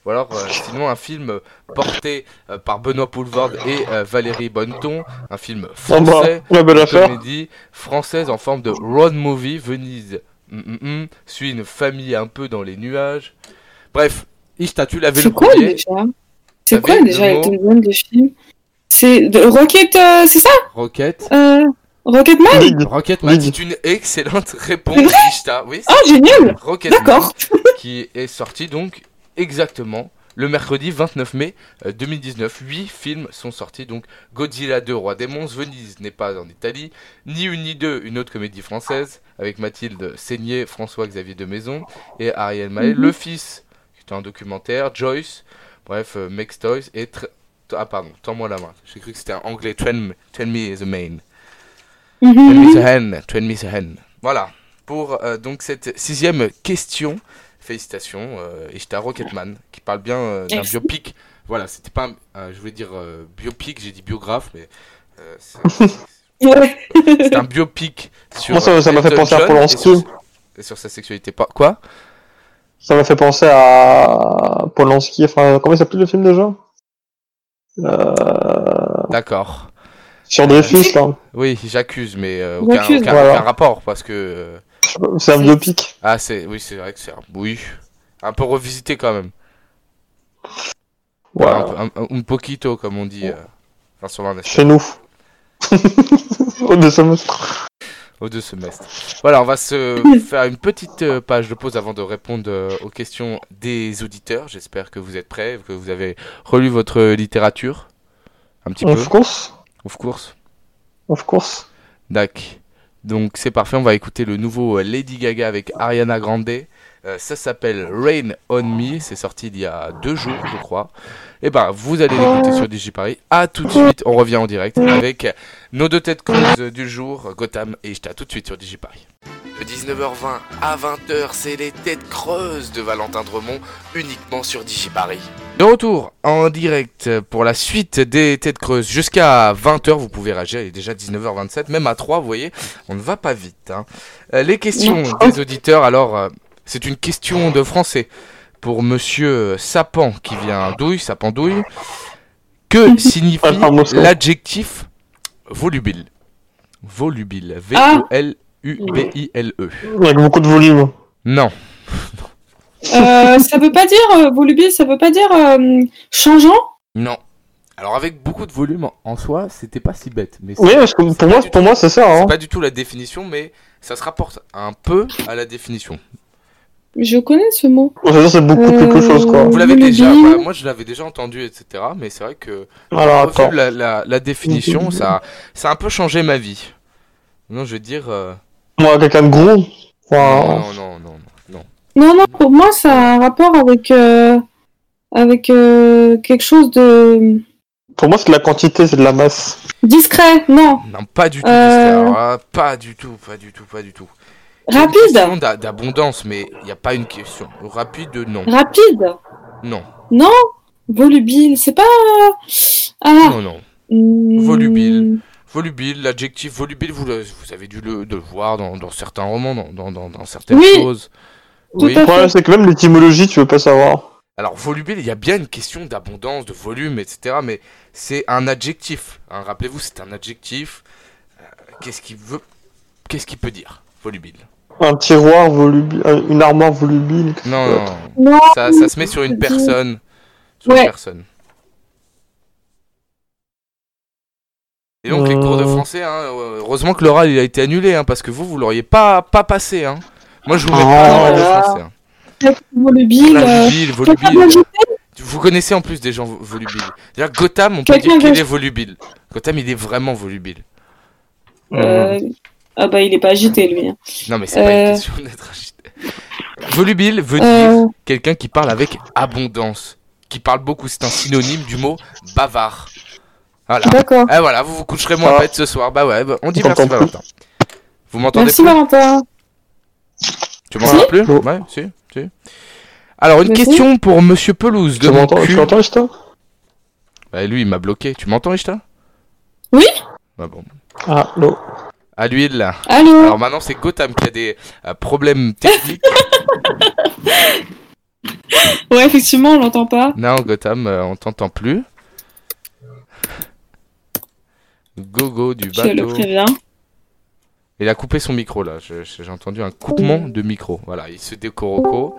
S1: Ou alors, euh, sinon, un film euh, porté euh, par Benoît Poulvord et euh, Valérie Bonneton, un film
S2: Oh bah,
S1: français,
S2: la belle
S1: Une
S2: affaire.
S1: comédie française en forme de road movie Venise. Hum, hum, hum, suit une famille un peu dans les nuages. Bref, Ishta, tu l'avais le
S3: C'est quoi
S1: premier.
S3: déjà
S1: T'avais
S3: C'est quoi
S1: le
S3: déjà
S1: mot
S3: Elton John de film C'est de- Rocket, euh, c'est ça
S1: Rocket.
S3: euh, Rocketman
S2: Big.
S1: Rocketman,
S2: Oui.
S1: c'est une excellente
S3: C'est
S1: réponse,
S3: vrai
S1: Ishta. Oui,
S3: Ah, génial
S1: c'est Rocketman
S3: D'accord.
S1: qui est sorti donc exactement le mercredi 29 mai euh, 2019. Huit films sont sortis donc Godzilla 2, Roi des monstres, Venise n'est pas en Italie, Ni une ni deux, une autre comédie française avec Mathilde Seigné, François-Xavier de Maison et Ariel Mallet,
S3: Mhm.
S1: Le Fils, qui est un documentaire, Joyce, bref, euh, Mex Toys et Tr- ah pardon, tends-moi la main. J'ai cru que c'était un anglais. Train me, train me is a main. Train
S3: Mhm.
S1: me to hen. Train me to hen. Voilà. Pour euh, donc cette sixième question, félicitations, euh, Ishtar Rocketman, qui parle bien euh, d'un
S3: Merci.
S1: biopic. Voilà, c'était pas, un- un- je voulais dire euh, biopic, j'ai dit biographe, mais euh, c'est
S3: Ouais.
S1: c'est un biopic sur.
S2: Moi, ça- ça m'a fait
S1: Elton
S2: penser à
S1: John et sur-
S2: Polanski.
S1: et sur sa sexualité. Pas- Quoi
S2: Ça m'a fait penser à Polanski. Enfin, comment il s'appelle le film déjà euh...
S1: D'accord.
S2: Sur Dreyfus, là.
S1: Oui, j'accuse, mais euh, aucun,
S3: J'accuse.
S1: aucun-
S2: Voilà.
S1: aucun rapport parce que euh,
S2: Je sais pas, C'est un
S3: C'est-
S2: biopic.
S1: ah c'est oui c'est vrai que c'est un oui un peu revisité quand même
S2: Voilà.
S1: un, peu- un- un poquito comme on dit euh, Vincent Van Ness,
S2: Chez nous. Oh, Au deux semestres.
S1: aux deux semestres. Voilà, on va se faire une petite euh, page de pause avant de répondre euh, aux questions des auditeurs. J'espère que vous êtes prêts, que vous avez relu votre littérature un petit peu
S2: Of course.
S1: of course.
S2: Of course.
S1: Dac. Donc c'est parfait, on va écouter le nouveau euh, Lady Gaga avec Ariana Grande. Euh, ça s'appelle Rain on Me, c'est sorti il y a deux jours je crois. Et ben vous allez l'écouter sur DigiParis. A tout de suite, on revient en direct avec nos deux têtes creuses du jour, Gotham et Ishta, tout de suite sur DigiParis. De 19h20 à 20h, c'est les têtes creuses de Valentin Dremont, uniquement sur DigiParis. De retour en direct pour la suite des têtes creuses jusqu'à 20h. Vous pouvez réagir, il est déjà 19h27, même à 3, vous voyez, on ne va pas vite. hein. Euh, Les questions des auditeurs, alors, euh, c'est une question de français. pour monsieur Sapan qui vient douille, Sapandouille. Que signifie
S2: Attends, mon chien.
S1: l'adjectif volubile Volubile. V-O-L-U-B-I-L-E.
S2: Avec beaucoup de volume.
S1: E. Non.
S3: Euh, ça veut pas dire euh, volubile, ça veut pas dire euh, changeant.
S1: Non. Alors, avec beaucoup de volume en- en soi, c'était pas si bête. Mais
S2: Oui,
S1: c'est-
S2: parce que
S1: c'est pas
S2: pour moi,
S1: du
S2: pour
S1: tout-
S2: moi, c'est ça. Hein.
S1: C'est pas du tout la définition, mais ça se rapporte un peu à la définition.
S3: Je connais ce mot.
S2: On va dire, c'est beaucoup de quelque chose, quoi.
S1: Vous l'avez
S3: Volubile.
S1: déjà, bah, moi je l'avais déjà entendu, etc. Mais c'est vrai que
S2: Alors,
S1: Revu
S2: attends.
S1: La, la- la définition, ça, ça a un peu changé ma vie. Non, je veux dire. euh,
S2: Moi, quelqu'un de gros. Enfin,
S1: Non, non, non, non.
S3: Non, non, pour moi, ça a un rapport avec, euh, avec euh, quelque chose de
S2: pour moi, c'est de la quantité, c'est de la masse.
S3: discret, non,
S1: Non, pas du tout.
S3: Euh.
S1: Esther, alors là, pas du tout, pas du tout, pas du tout. Il y a une question
S3: rapide,
S1: d'a- D'abondance, mais il n'y a pas une question. Rapide, non.
S3: rapide,
S1: Non,
S3: volubile, c'est pas. euh, Ah,
S1: non, non.
S3: hmm,
S1: Volubile. Volubile, l'adjectif volubile, vous, le- vous avez dû le, de le voir dans, dans certains romans, dans, dans, dans- dans certaines
S3: Oui.
S1: choses.
S3: Tout
S1: Oui.
S2: Le
S3: à fait.
S2: problème, c'est que même l'étymologie, tu veux pas savoir.
S1: Alors, volubile, il y a bien une question d'abondance, de volume, etc. Mais c'est un adjectif. hein. Rappelez-vous, c'est un adjectif. Euh, Qu'est-ce qu'il veut Qu'est-ce qu'il peut dire Volubile.
S2: Un tiroir volubile, euh, une armoire volubile.
S1: Non, non, non.
S3: Non,
S1: Ça, ça se met sur une personne. Sur
S3: Ouais.
S1: une personne. Et donc, les cours de
S2: Euh.
S1: français, hein, heureusement que l'oral il a été annulé, hein, parce que vous, vous l'auriez pas, pas passé. Hein. Moi, je vous mets pas
S2: Oh.
S1: l'oral de français. hein.
S3: volubile. euh,
S1: Volubile,
S3: quelqu'un
S1: volubile.
S3: d'ajouté
S1: Vous connaissez en plus des gens vo- volubiles. D'ailleurs, Gotham, on peut
S3: Quelqu'un
S1: dire qu'il
S3: veut-
S1: est volubile. Gotham, il est vraiment volubile.
S3: Euh, Ah bah il est pas agité lui. hein.
S1: Non, mais c'est pas une
S3: Euh.
S1: question d'être agité. Volubile veut dire
S3: Euh,
S1: quelqu'un qui parle avec abondance. Qui parle beaucoup, c'est un synonyme du mot bavard. Voilà.
S3: D'accord.
S1: Ah voilà, vous vous coucherez moins
S2: Ah.
S1: bête ce soir. Bah ouais, bah, on dit
S2: On
S1: merci
S2: t'entend plus.
S1: Valentin. Vous m'entendez
S3: Merci
S1: plus
S3: Valentin.
S1: Tu m'entends plus
S2: Non.
S1: Ouais, si, si. Alors, une
S3: Merci.
S1: question pour Monsieur Pelouse de
S2: Tu
S1: mon
S2: m'entends,
S1: cul.
S2: tu l'entends, Ishta
S1: Bah, lui, il m'a bloqué. Tu m'entends, Ishta
S3: Oui.
S1: Ah bon.
S2: Ah, non.
S1: À l'huile, là.
S3: Allô.
S1: Alors maintenant, c'est Gotham qui a des euh, problèmes techniques.
S3: Ouais effectivement on l'entend pas.
S1: non, Gotham, euh, on t'entend plus. Gogo du
S3: Je le
S1: bateau.
S3: préviens.
S1: Il a coupé son micro là. Je- je- J'ai entendu un coupement de micro. Voilà, il se décoroco.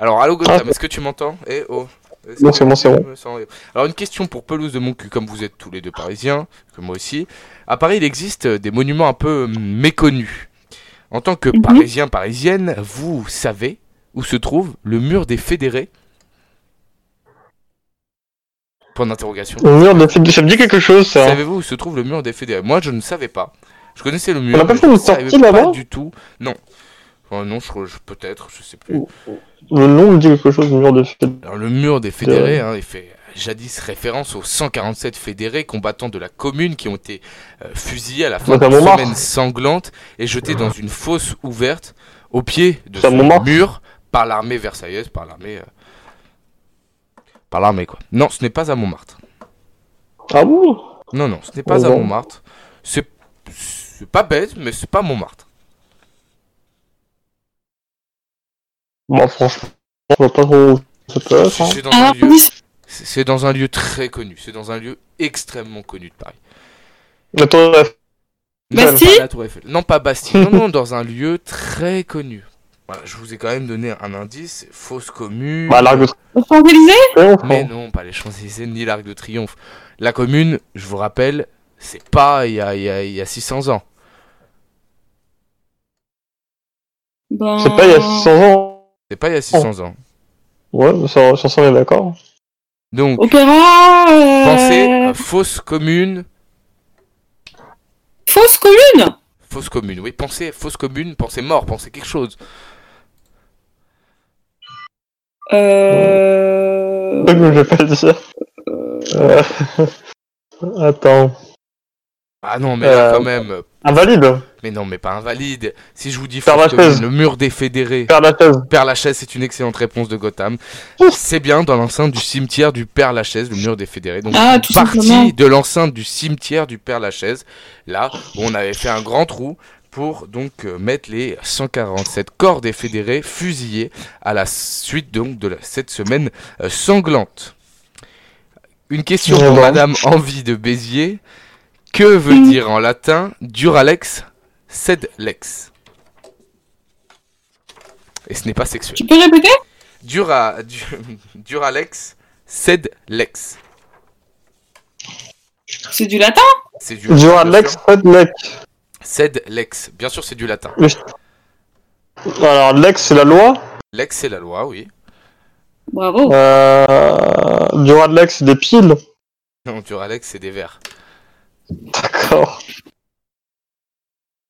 S1: Alors, allô Gotham, est-ce que tu m'entends Eh oh. Est-ce
S2: Ah. Non,
S1: que
S2: c'est bon,
S1: tu
S2: c'est bon.
S1: me sens- Alors, une question pour Pelouse de mon cul, comme vous êtes tous les deux parisiens, que moi aussi. À Paris, il existe euh, des monuments un peu euh, méconnus. En tant que
S3: Mhm.
S1: parisien, parisienne, vous savez où se trouve le mur des fédérés Point d'interrogation.
S2: Le mur de Philippe- ça me dit quelque chose, ça.
S1: Savez-vous où se trouve le mur des fédérés Moi, je ne savais pas. Je connaissais le mur.
S2: On n'a pas
S1: mais
S2: fait
S1: je
S2: une
S1: ne savais
S2: sortie là-bas
S1: Pas du tout. Non. Enfin, non, je, je- peut-être, je sais plus.
S2: Ouh. Le nom me dit quelque chose, le mur de Philippe.
S1: Alors, le mur des fédérés, hein, il fait jadis référence aux 147 fédérés combattants de la commune qui ont été euh, fusillés à la fin
S2: Donc, à
S1: d'une
S2: Montmartre.
S1: semaine sanglante et jetés dans une fosse ouverte au pied de
S2: C'est à
S1: ce
S2: Montmartre.
S1: mur par l'armée versaillaise, par l'armée. euh, Par l'armée, quoi. Non, ce n'est pas à Montmartre.
S2: Ah bon
S1: Non, non, ce n'est pas
S2: Oh
S1: à
S2: bon.
S1: Montmartre. C'est c'est pas bête, mais c'est pas Montmartre.
S2: Bon, franchement, je vois pas trop où ça peut être. hein.
S1: C'est dans, un
S3: Alors
S1: lieu-
S3: oui, c'est-
S1: c'est- c'est dans un lieu très connu. C'est dans un lieu extrêmement connu de Paris.
S2: La tour Eiffel.
S1: Non,
S3: Bastille
S1: pas la Tour Eiffel. Non, pas Bastille. non, non, dans un lieu très connu. Voilà, je vous ai quand même donné un indice. Fausse commune.
S2: Bah, l'arc de
S3: Champs-Élysées
S2: triomphe.
S1: Mais
S2: hein.
S1: non, pas les Champs-Élysées ni l'Arc de Triomphe. La commune, je vous rappelle, c'est pas il y a, il y a- il y a 600 ans.
S3: Ben,
S2: C'est pas il y a 600 ans.
S1: C'est pas il y a 600 ans.
S2: Ouais, mais ça, 600 ans, on est d'accord.
S1: Donc,
S3: Opéra. euh,
S1: pensez à fausse commune,
S3: Fausse commune.
S1: Fausse commune, oui, pensez fausse commune, pensez mort, pensez quelque chose.
S3: Euh...
S2: Donc, je vais pas le dire. Euh, Attends.
S1: Ah non, mais là,
S2: Euh,
S1: quand même.
S2: Invalide
S1: Mais non, mais pas invalide. Si je vous dis
S2: Père
S1: fausse
S2: Lachaise.
S1: commune, le mur des fédérés,
S2: Père Lachaise.
S1: Père Lachaise, c'est une excellente réponse de Gotham.
S2: Ouf.
S1: C'est bien dans l'enceinte du cimetière du Père Lachaise, le mur des fédérés. Donc,
S3: Ah, tout
S1: partie
S3: simplement.
S1: de l'enceinte du cimetière du Père Lachaise, là où on avait fait un grand trou pour donc euh, mettre les 147 corps des fédérés fusillés à la suite donc de la- cette semaine euh, sanglante. Une question pour
S2: Bon.
S1: Madame Envie de Béziers. Que veut dire en latin Duralex sed lex Et ce n'est pas sexuel.
S3: Tu peux répéter
S1: Dura, du- Duralex sed lex.
S3: C'est du latin
S1: C'est du bien
S2: Durant Lex,
S1: sûr.
S2: Fred Lex.
S1: Sed lex. Bien sûr, c'est du latin.
S2: Mais je- Alors, Lex, c'est la loi.
S1: Lex, c'est la loi, oui.
S3: Bravo.
S2: Euh... Durant Lex, c'est des piles.
S1: Non, Duralex, c'est des vers.
S2: D'accord.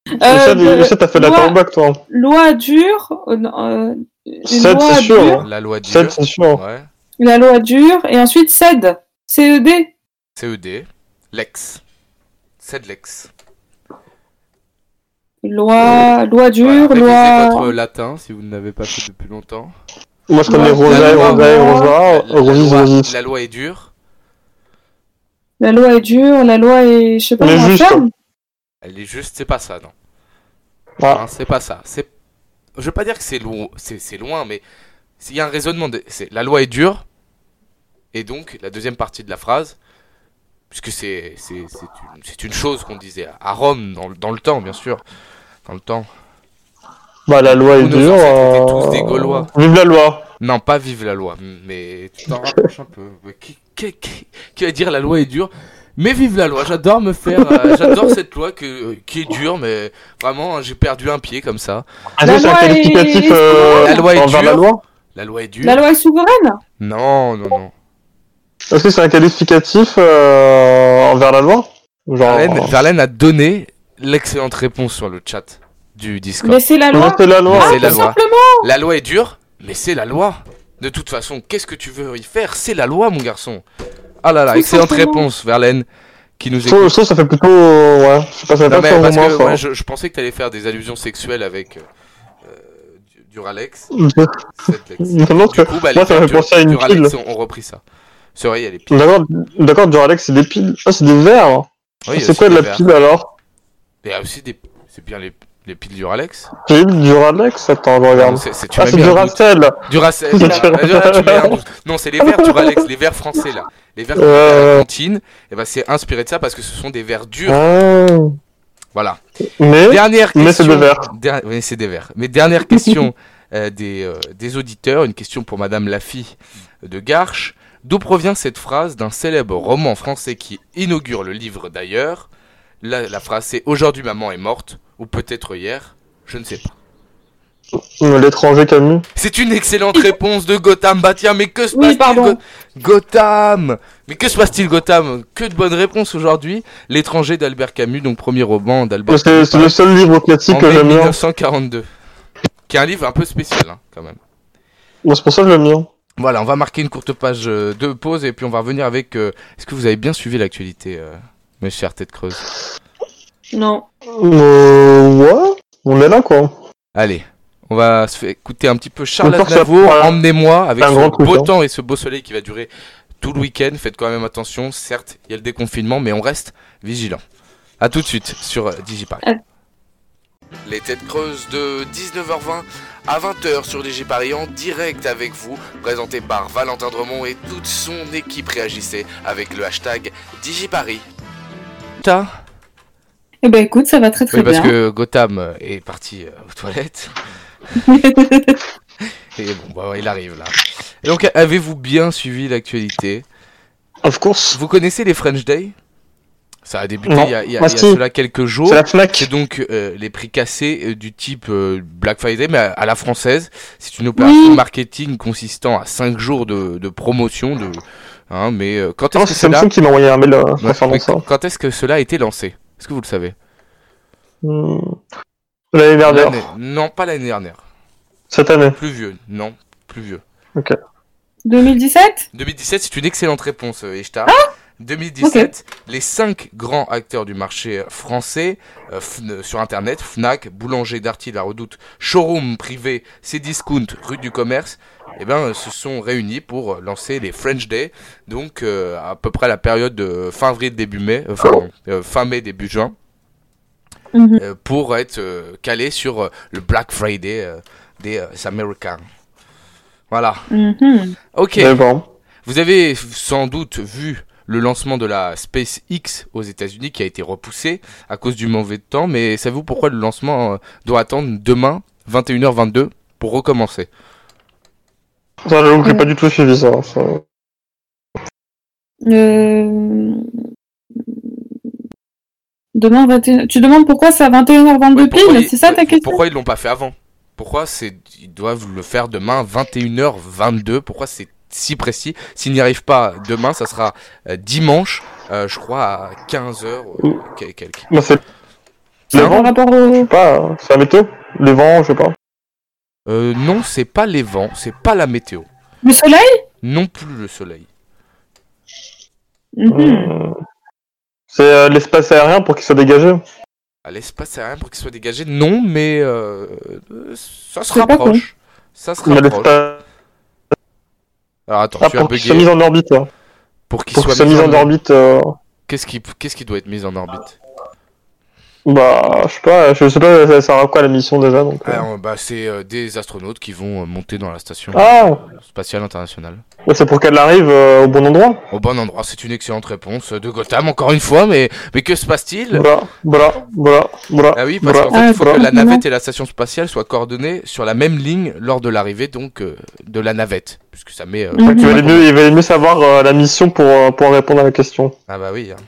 S3: Euh,
S2: ça,
S3: de-
S2: t'as fait la
S3: loi-
S2: comeback, toi.
S3: Loi dure, euh, non, euh, une
S2: Sept,
S3: loi
S2: c'est sûr. hein.
S3: dure,
S1: La loi dure.
S2: Cède, c'est sûr.
S1: Ouais.
S3: la loi dure, et ensuite cède, E CED.
S1: CED. E Lex. Sed lex.
S3: Loi, loi
S1: Voilà,
S3: dure,
S1: révisez
S3: loi.
S1: votre latin si vous ne l'avez pas fait depuis longtemps.
S2: Moi, je connais
S3: Loi-
S2: Rosaille,
S3: loi-
S2: Rosaille,
S3: loi-
S2: Rosa,
S1: la, la
S2: Rosis,
S1: loi,
S2: Rosis.
S1: la loi est dure.
S3: La loi est dure, la loi est, je sais pas,
S2: Mais
S3: moi,
S2: juste. hein.
S3: ferme.
S1: Elle est juste, c'est pas ça, non.
S2: Ah.
S1: Hein, c'est pas ça. C'est, je veux pas dire que c'est loin, c'est, c'est loin, mais il y a un raisonnement. de- c'est la loi est dure, et donc la deuxième partie de la phrase, puisque c'est c'est, c'est, une, c'est une chose qu'on disait à Rome dans, le- dans le temps, bien sûr, dans le temps.
S2: Bah, la loi est
S1: Nous, nos
S2: dure.
S1: ancêtres étaient tous
S2: euh,
S1: des Gaulois.
S2: Vive la loi.
S1: Non, pas vive la loi, mais tu t'en rapproches un peu. Mais Qui, qui- qui- qui va dire la loi est dure Mais vive la loi, j'adore me faire. euh, j'adore cette loi que, euh, qui est dure, mais vraiment, hein, j'ai perdu un pied comme ça.
S2: Est-ce
S3: La
S2: que c'est un
S3: loi est-
S2: qualificatif
S3: est-
S2: euh,
S1: La loi est
S2: envers la
S1: dure.
S2: loi
S1: La loi est dure.
S3: La loi est souveraine
S1: Non, non, non.
S2: Est-ce que c'est un qualificatif euh, envers la loi Genre.
S1: Verlaine,
S2: euh,
S1: Verlaine a donné l'excellente réponse sur le chat du Discord.
S3: Mais c'est la
S2: mais
S3: loi, Ah,
S2: c'est la loi.
S1: Mais Ah, c'est
S3: tout
S1: la loi.
S3: simplement
S1: La loi est dure, mais c'est la loi. De toute façon, qu'est-ce que tu veux y faire C'est la loi, mon garçon. Ah là là,
S3: Tout
S1: excellente
S3: simplement.
S1: réponse, Verlaine, qui nous
S2: Je trouve,
S1: écoute.
S2: je trouve que ça fait plutôt. euh, Ouais, je sais pas, ça fait
S1: Non,
S2: pas
S1: mais
S2: sur
S1: parce
S2: moi,
S1: que
S2: ça.
S1: moi, je, je pensais que t'allais faire des allusions sexuelles avec euh, euh, du- Duralex. Setlex.
S2: Non, parce
S1: Du
S2: que-
S1: coup, bah,
S2: moi,
S1: les
S2: ça me fait
S1: Dur-
S2: penser à une
S1: Duralex ont, ont repris ça. C'est vrai, il y a les piles.
S2: D'accord, d'accord, Duralex, c'est des piles. Ah, c'est des verres.
S1: Oui, il y a
S2: c'est
S1: aussi
S2: quoi de
S1: des
S2: la
S1: verres.
S2: pile alors
S1: Il y a aussi des. C'est bien les, les piles Duralex.
S2: J'ai eu du Duralex, attends, je regarde.
S1: C'est- c'est- tu
S2: Ah,
S1: m'as
S2: c'est
S1: mis un
S2: du
S1: doute.
S2: Racel.
S1: Duracell.
S2: Tout à
S1: voilà.
S2: fait.
S1: Ah, Duracell, tu mets un doute. Non, c'est les verres Duralex, les verres français là. Les verres qu'on fait à la
S2: Euh.
S1: cantine, et ben c'est inspiré de ça parce que ce sont des verres durs.
S3: Ah.
S1: Voilà.
S2: Mais.
S1: Dernière question.
S2: mais c'est des verres.
S1: Der- oui, c'est des verres. Mais dernière question euh, des, euh, des auditeurs, une question pour Madame Lafille de Garches. D'où provient cette phrase d'un célèbre roman français qui inaugure le livre d'ailleurs la, la phrase c'est Aujourd'hui maman est morte, ou peut-être hier, je ne sais pas.
S2: mais L'étranger Camus.
S1: C'est une excellente réponse de Gotham. Bah tiens, mais que se
S3: Oui,
S1: passe-t-il
S3: pardon.
S1: Go- Gotham Mais que se passe-t-il Gotham Que de bonnes réponses aujourd'hui. L'étranger d'Albert Camus, donc premier roman d'Albert
S2: C'est
S1: Camus.
S2: c'est le seul livre classique
S1: en
S2: que
S1: mai
S2: j'aime bien.
S1: 1942. Qui est un livre un peu spécial, hein, quand même.
S2: Bon, Bah, c'est pour ça que je l'aime bien.
S1: Voilà, on va marquer une courte page euh, de pause et puis on va revenir avec. euh, Est-ce que vous avez bien suivi l'actualité, euh, mes chers têtes creuses
S3: Non.
S2: Euh, ouais. On est là, quoi.
S1: Allez, on va se faire écouter un petit peu Charles
S2: Encore ça,
S1: Aznavour,
S2: voilà.
S1: Emmenez-moi, avec
S2: C'est un grand
S1: ce
S2: truc,
S1: beau
S2: hein.
S1: temps et ce beau soleil qui va durer tout le week-end. Faites quand même attention, certes, il y a le déconfinement, mais on reste vigilant. A tout de suite sur euh, DigiParis.
S3: Euh.
S1: Les têtes creuses de 19h20 à 20h sur DigiParis en direct avec vous, présenté par Valentin Dremont et toute son équipe. Réagissez avec le hashtag DigiParis.
S3: Eh ben écoute, ça va très très
S1: Oui, parce
S3: bien.
S1: que Gotham est parti euh, aux toilettes. Et bon, bah, il arrive là. Et donc, avez-vous bien suivi l'actualité
S2: Of course.
S1: Vous connaissez les French Day Ça a débuté
S2: Non.
S1: il y a, il y a-
S2: Moi,
S1: il y a
S2: si.
S1: cela quelques jours.
S2: C'est la Fnac.
S1: C'est donc euh, les prix cassés euh, du type euh, Black Friday, mais à, à la française. C'est une opération
S3: Oui.
S1: marketing consistant à 5 jours de, de promotion. De, hein, mais euh, quand est-ce
S2: Non,
S1: que
S2: Ah, c'est
S1: cela
S2: Samsung qui m'a envoyé un mail euh,
S1: Ouais,
S2: concernant
S1: mais
S2: ça.
S1: quand est-ce que cela a été lancé Est-ce que vous le savez
S2: Hmm. L'année dernière.
S1: L'année- Non, pas l'année dernière.
S2: Cette année.
S1: Plus vieux. Non, plus vieux.
S3: 2017
S1: 2017, c'est une excellente réponse, euh, Ishtar. 2017, les cinq grands acteurs du marché français euh, Fn- euh, sur Internet, Fnac, Boulanger, Darty, La Redoute, Showroom privé, Cdiscount, Rue du Commerce, eh ben, euh, se sont réunis pour euh, lancer les French Day, donc euh, à peu près à la période de fin avril, début mai, euh, fin, euh, fin mai, début juin.
S3: Mhm.
S1: euh, pour être euh, calé sur euh, le Black Friday euh, des euh, Américains. Voilà.
S3: Mhm.
S1: Ok.
S2: Mais bon.
S1: Vous avez sans doute vu le lancement de la SpaceX aux États-Unis qui a été repoussé à cause du mauvais temps, mais savez-vous pourquoi le lancement euh, doit attendre demain 21h22 pour recommencer
S2: Ça, j'avoue que j'ai pas du tout suivi ça. ça.
S3: Euh, Demain, 21... Tu demandes pourquoi c'est à 21h22
S1: Ouais, pourquoi
S3: pile
S1: ils-
S3: C'est ça
S1: ouais,
S3: ta question
S1: Pourquoi ils l'ont pas fait avant Pourquoi c'est ils doivent le faire demain 21h22 Pourquoi c'est si précis S'ils n'y arrivent pas demain, ça sera euh, dimanche, euh, je crois à 15h euh, quel- quelque.
S2: Mais bah, c'est
S3: C'est par
S2: Non.
S3: rapport au...
S2: pas, euh, c'est la météo. Les vents, je sais pas.
S1: Euh, non, c'est pas les vents, c'est pas la météo,
S3: Le soleil
S1: non plus le soleil.
S3: Mhm.
S2: Hmm. C'est euh, l'espace aérien pour qu'il soit dégagé.
S1: À l'espace, c'est rien pour qu'il soit dégagé. Non, mais euh, euh, ça se
S3: C'est pas
S1: rapproche. Ça se
S2: Mais
S1: rapproche.
S2: l'espace
S1: Alors attends,
S2: ah,
S1: tu as
S2: pour qu'il soit
S1: bugué.
S2: mis en orbite. hein.
S1: Pour qu'il
S2: Pour qu'il
S1: soit
S2: soit mis en orbite. euh,
S1: Qu'est-ce qui, qu'est-ce qui doit être mis en orbite
S2: Bah, je sais pas, je sais pas, ça sert à quoi la mission déjà donc. euh.
S1: Alors, bah, C'est euh, des astronautes qui vont euh, monter dans la station
S2: Ah,
S1: euh, spatiale internationale.
S2: ouais, Bah, c'est pour qu'elle arrive euh, au bon endroit.
S1: Au bon endroit, c'est une excellente réponse de Gotham, encore une fois, mais, mais que se passe-t-il
S2: Voilà, voilà, voilà, voilà.
S1: Ah oui, parce
S2: Voilà.
S1: qu'en fait, il faut que
S2: Voilà.
S1: la navette et la station spatiale soient coordonnées sur la même ligne lors de l'arrivée donc euh, de la navette, puisque ça met. euh,
S3: Mhm.
S2: Il valait mieux, il valait mieux savoir euh, la mission pour, euh, pour répondre à la question.
S1: Ah bah oui. hein.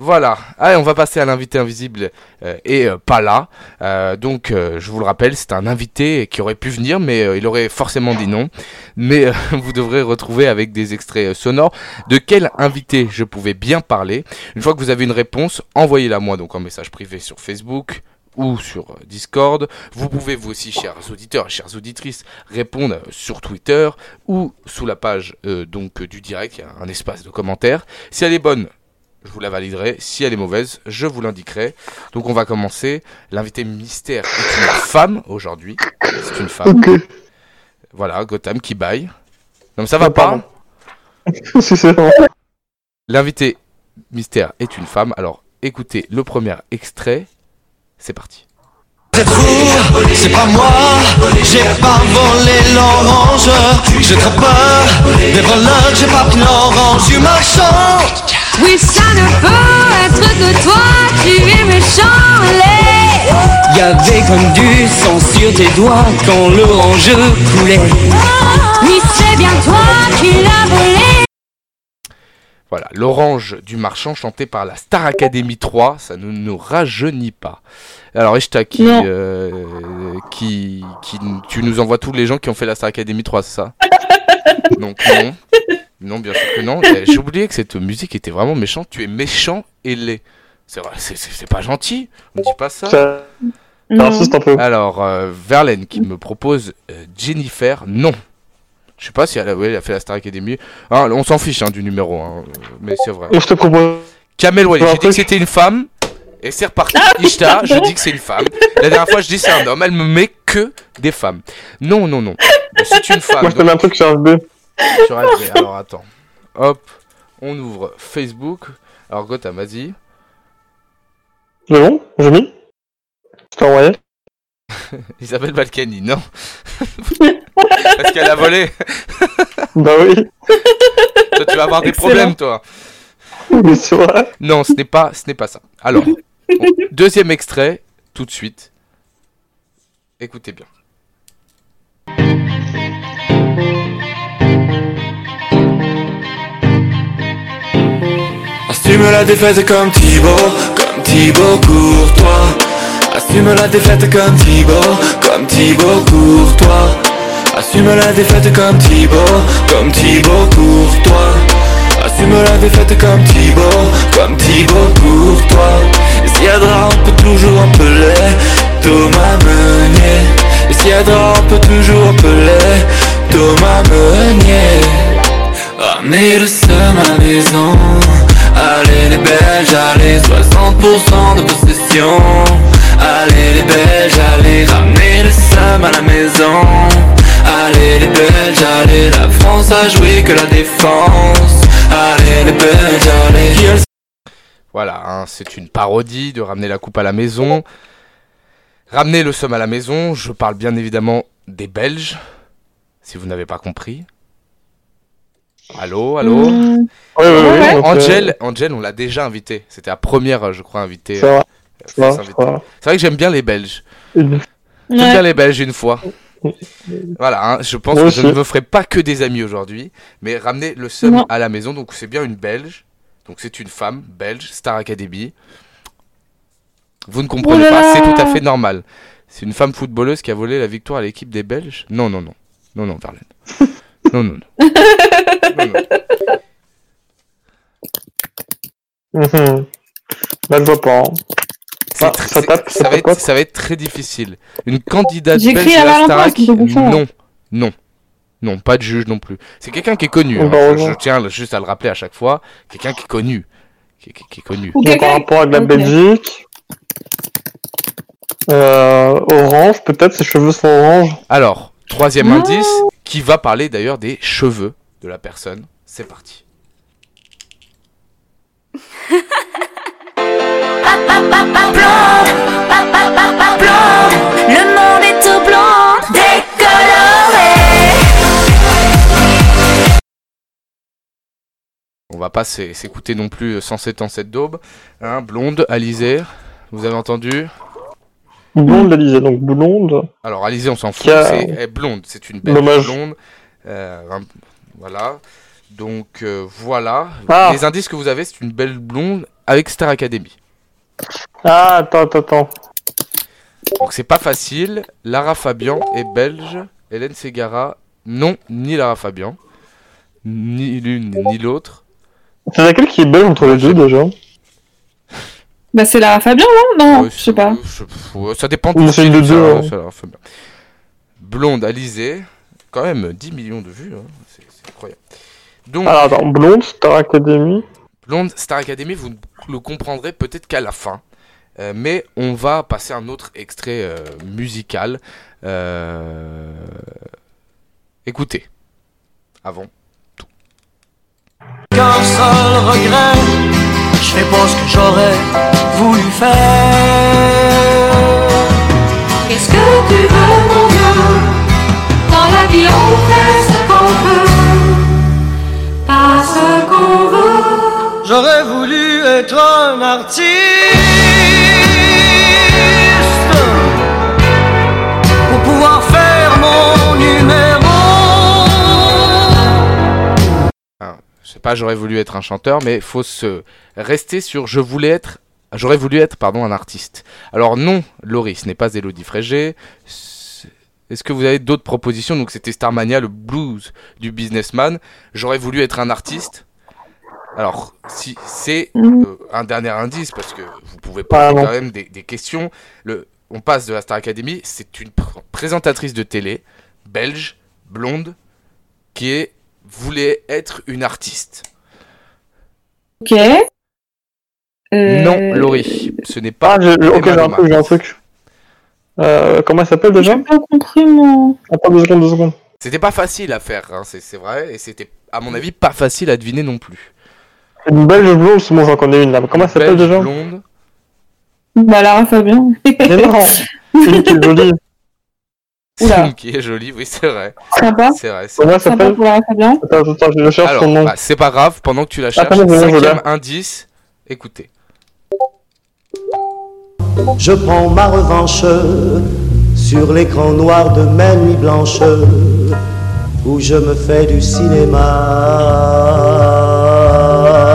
S1: Voilà. Allez, on va passer à l'invité invisible euh, et euh, pas là. Euh, donc, euh, je vous le rappelle, c'est un invité qui aurait pu venir, mais euh, il aurait forcément dit non. Mais euh, vous devrez retrouver avec des extraits euh, sonores de quel invité je pouvais bien parler. Une fois que vous avez une réponse, envoyez-la moi donc en message privé sur Facebook ou sur euh, Discord. Vous pouvez vous aussi, chers auditeurs et chères auditrices, répondre euh, sur Twitter ou sous la page euh, donc euh, du direct, il y a un espace de commentaires. Si elle est bonne, je vous la validerai. Si elle est mauvaise, je vous l'indiquerai. Donc on va commencer. L'invité mystère est une femme aujourd'hui. C'est une femme.
S2: Ok,
S1: Voilà, Gotham qui baille. Non mais ça va
S2: Ah,
S1: pas.
S2: pardon. si c'est bon.
S1: L'invité mystère est une femme. Alors écoutez le premier extrait. C'est parti.
S5: C'est fou, c'est pas moi, j'ai pas volé l'orange, j'ai trop peur, des voleurs, j'ai pas pris l'orange du marchand.
S6: Oui, ça ne peut être que toi, tu es méchant, les.
S5: Y avait comme du sang sur tes doigts quand l'orange coulait.
S6: Oui, c'est bien toi qui l'as volé.
S1: Voilà, l'orange du marchand chanté par la Star Academy 3, ça ne nous rajeunit pas. Alors Eshta, qui,
S3: Non.
S1: euh, qui, qui, tu nous envoies tous les gens qui ont fait la Star Academy 3, c'est ça Donc non, non bien sûr que non. Et J'ai oublié que cette musique était vraiment méchante. Tu es méchant et laid. C'est vrai, c'est- c'est c'est pas gentil. On dit pas
S3: Ah.
S1: ça.
S2: Ça ça
S3: Non.
S2: insiste un peu.
S1: Alors, euh, Verlaine qui me propose euh, Jennifer, non. Je sais pas si elle a, ouais, elle a fait la Star Academy. Ah, on s'en fiche hein, du numéro, hein, euh, mais c'est vrai.
S2: Moi, je te propose.
S1: Kamel Wally,
S2: Un
S1: j'ai dit que
S2: truc.
S1: c'était une femme. Et c'est reparti. Ishta, je dis que c'est une femme. La dernière fois, je dis c'est un homme. Elle me met que des femmes. Non, non, non. C'est une femme.
S2: Moi, je te mets un truc sur FB.
S1: donc sur LG. Alors attends. Hop. On ouvre Facebook. Alors Gotham, vas-y.
S2: C'est bon J'ai mis Je t'ai envoyé.
S1: Isabelle Balkany, non. Parce qu'elle a volé.
S2: Bah oui,
S1: Toi, tu vas avoir des
S3: Excellent.
S1: problèmes, toi.
S2: mais c'est vrai.
S1: Non, ce n'est pas, ce n'est pas ça. Alors, on- deuxième extrait, tout de suite. Écoutez bien.
S5: Assume la défaite comme Thibaut, comme Thibaut pour toi. Assume la défaite comme Thibaut, comme Thibaut pour toi. Assume la défaite comme Thibaut, comme Thibaut pour toi. Assume la défaite comme Thibaut, comme Thibaut pour toi. Ziadra, on peut toujours appeler Thomas Meunier. Ziadra, on peut toujours appeler Thomas Meunier. Ramener le seum à la maison Allez les Belges, allez 60% de possession Allez les Belges, allez ramener le seum à la maison Allez les Belges, allez la France a joué que la défense Allez les Belges, allez
S1: Voilà, hein, c'est une parodie de ramener la coupe à la maison. Ramener le somme à la maison, je parle bien évidemment des Belges, si vous n'avez pas compris. Allô, allô
S3: Mmh.
S2: Oui, oui, oui.
S3: Ouais.
S2: donc, euh,
S1: Angel, Angel, on l'a déjà invité. C'était la première, je crois, invitée.
S2: C'est vrai,
S1: euh,
S2: c'est vrai,
S1: fausse
S2: c'est
S1: invitée.
S2: vrai.
S1: C'est vrai que j'aime bien les Belges.
S2: Une-
S1: J'aime bien
S3: Ouais.
S1: les Belges une fois. Voilà, hein, je pense
S2: Moi
S1: que je ne
S2: aussi.
S1: me ferai pas que des amis aujourd'hui, mais ramener le seum
S3: Non.
S1: à la maison, donc c'est bien une Belge, donc c'est une femme belge, Star Academy. Vous ne comprenez
S3: Oh là
S1: pas, c'est
S3: là.
S1: tout à fait normal. C'est une femme footballeuse qui a volé la victoire à l'équipe des Belges Non, non, non. Non, non, Verlaine. Non, non, non. Non, non.
S2: Mhm. Là, je vois pas. hein.
S1: C'est
S2: Ah,
S1: tr-
S2: ça
S1: c'est-
S2: tape,
S1: ça
S2: ça
S1: va
S2: tape
S1: être,
S2: quoi
S1: ça va être très difficile. Une candidate
S3: J'écris
S1: belge
S3: à
S1: à la
S3: Valentin,
S1: Starac
S3: c'est pour ça.
S1: Non, non, non, pas de juge non plus. C'est quelqu'un qui est connu.
S2: Oh,
S1: hein.
S2: bah,
S1: Je,
S2: heureusement.
S1: je tiens juste à le rappeler à chaque fois. Quelqu'un qui est connu, qui, qui- qui est connu.
S3: Ou
S2: Donc, par
S3: quelqu'un.
S2: rapport avec la
S3: Ok.
S2: Belgique. Euh, orange, peut-être, ses cheveux sont orange.
S1: Alors, troisième
S3: Non.
S1: indice, qui va parler d'ailleurs des cheveux de la personne. C'est parti.
S6: Le monde est tout blanc, décoloré.
S1: On va pas s'é- s'écouter non plus euh, sans sept ans cette daube. Hein, blonde, Alizée, vous avez entendu
S3: Hmm.
S2: Blonde, elle disait, donc blonde.
S1: Alors Alizée, on s'en fout.
S2: Car-
S1: C'est elle est blonde, c'est une belle
S2: Dommage.
S1: blonde. Euh, un- voilà. Donc euh, voilà.
S2: Ah.
S1: Les indices que vous avez, c'est une belle blonde avec Star Academy.
S2: Ah, attends, attends, attends.
S1: Donc c'est pas facile. Lara Fabian est belge. Hélène Segara, non, ni Lara Fabian, ni l'une ni l'autre.
S2: C'est laquelle qui est belge entre les deux, déjà
S3: Bah, c'est Lara Fabian, non
S2: Ah,
S3: Non,
S1: Ouais,
S3: je sais pas.
S1: je- pff, ouais, ça dépend.
S2: Ou c'est une de
S1: Ça,
S2: deux, hein.
S1: ça, Lara Fabian. Blonde, Alizée, quand même 10 millions de vues, hein. c'est c'est incroyable. Donc
S2: Alors, attends, blonde, Star Academy.
S1: Blonde Star Academy, vous le comprendrez peut-être qu'à la fin. Euh, mais on va passer un autre extrait euh, musical. Euh, Écoutez. Ah Avant.
S7: Qu'un seul regret, je fais pas ce que j'aurais voulu faire.
S6: Qu'est-ce que tu veux, mon Dieu Dans la vie, on fait ce qu'on peut, pas ce qu'on veut.
S7: J'aurais voulu être un artiste pour pouvoir faire mon numéro.
S1: Je sais pas, j'aurais voulu être un chanteur, mais faut se rester sur je voulais être. J'aurais voulu être, pardon, un artiste. Alors non, Laurie, ce n'est pas Elodie Frégé. C'est- Est-ce que vous avez d'autres propositions Donc c'était Starmania, le blues du businessman. J'aurais voulu être un artiste. Alors, si c'est
S3: Mmh.
S1: euh, un dernier indice, parce que vous pouvez poser
S2: Ah, non.
S1: quand même des, des questions. Le, on passe de la Star Academy, c'est une pr- présentatrice de télé, belge, blonde, qui est, voulait être une artiste.
S3: Ok. Euh,
S1: Non, Laurie, ce n'est pas.
S2: Ah, j'ai- j'ai- ok,
S1: Emma
S2: j'ai un
S1: Thomas.
S2: truc, j'ai un truc. Euh, comment elle s'appelle
S3: J'ai
S2: déjà
S3: pas compris mon.
S2: Attends deux secondes, deux secondes.
S1: C'était pas facile à faire, hein, c'est c'est vrai, et c'était, à mon avis, pas facile à deviner non plus.
S2: Une belge blonde, c'est bon, j'en connais une là. Mais Comment elle s'appelle
S1: Belge,
S2: déjà
S1: blonde.
S3: Bah, Lara Fabian.
S2: Mais non Une qui est jolie.
S3: Oula.
S1: Qui est jolie, oui, c'est vrai.
S3: Sympa.
S1: C'est vrai. c'est-
S2: Comment elle
S3: Sympa
S2: s'appelle
S3: pour Lara Fabian.
S2: Attends, attends, Ah. je cherche
S1: Alors,
S2: son nom.
S1: bah, c'est pas grave, pendant que tu la cherches,
S2: Attends, je l'ai, je
S1: cinquième
S2: l'ai.
S1: indice, écoutez.
S7: Je prends ma revanche sur l'écran noir de ma nuit blanche où je me fais du cinéma.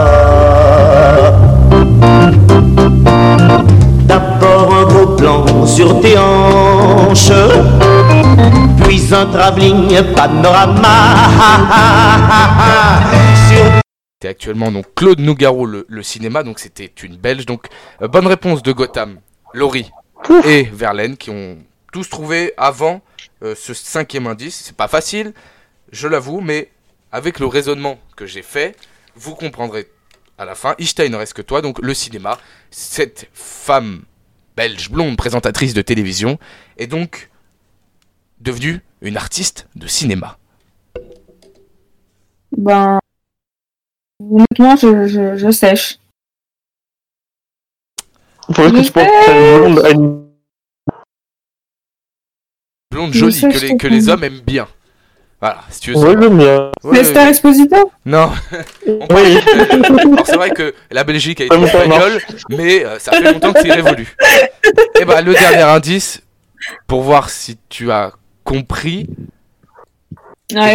S7: D'abord un beau plan sur tes hanches, puis un travelling panorama sur
S1: C'était actuellement donc Claude Nougaro, le, le cinéma, donc c'était une belge. Donc, euh, bonne réponse de Gotham, Laurie et Verlaine qui ont tous trouvé avant euh, ce cinquième indice. C'est pas facile, je l'avoue, mais avec le raisonnement que j'ai fait, vous comprendrez à la fin. Einstein ne reste que toi, donc le cinéma, cette femme belge blonde présentatrice de télévision est donc devenue une artiste de cinéma.
S3: Ben. Honnêtement, je, je, je sèche.
S2: Pour que tu penses que t'as une blonde à une-
S1: Blonde
S3: Mais
S1: jolie,
S3: ça,
S1: que
S3: je
S1: les, que les
S3: comprends.
S1: hommes aiment bien. Voilà, si tu veux. ça.
S2: Ouais, j'aime bien.
S1: Ouais,
S3: Les Star
S1: ouais.
S3: Exposito
S1: Non,
S2: Oui.
S1: Alors, c'est vrai que la Belgique a été
S2: Ça me fait
S1: espagnole, mais euh, ça fait longtemps que c'est révolu. Et bah, le dernier indice, pour voir si tu as compris.
S3: Ouais.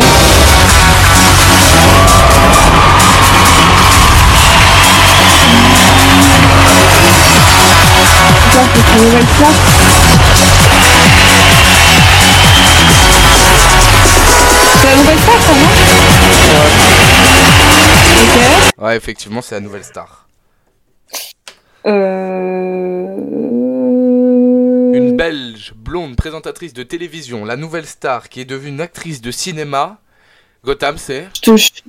S3: Putain, c'est une nouvelle place. C'est la nouvelle place, ça, non
S1: Ouais, effectivement, c'est la nouvelle star.
S3: Ok. Euh...
S1: Une belge blonde présentatrice de télévision, la nouvelle star qui est devenue une actrice de cinéma. Gotham, c'est
S3: Je te ch-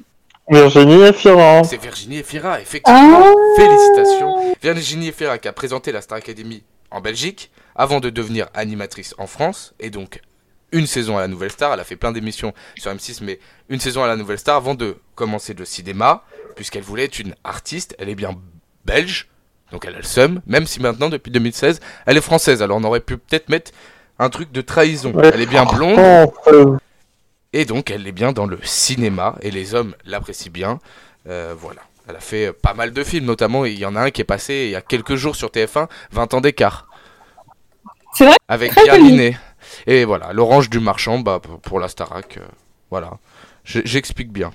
S2: Virginie et Fira.
S1: C'est Virginie Efira, effectivement.
S3: Ah
S1: Félicitations. Virginie Efira qui a présenté la Star Academy en Belgique avant de devenir animatrice en France et donc une saison à la Nouvelle Star. Elle a fait plein d'émissions sur M6, mais une saison à la Nouvelle Star avant de commencer le cinéma puisqu'elle voulait être une artiste. Elle est bien belge, donc elle a le seum, même si maintenant, depuis 2016, elle est française. Alors on aurait pu peut-être mettre un truc de trahison.
S2: Ouais.
S1: Elle est bien blonde.
S2: Oh, euh,
S1: Et donc, elle est bien dans le cinéma et les hommes l'apprécient bien. Euh, voilà. Elle a fait euh, pas mal de films, notamment il y en a un qui est passé il y a quelques jours sur TF1, 20 ans d'écart.
S3: C'est vrai
S1: Avec
S3: Très
S1: Pierre
S3: joli.
S1: Linné. Et voilà, l'orange du marchand, bah, p- pour la Starac. euh, voilà. Je- J'explique bien.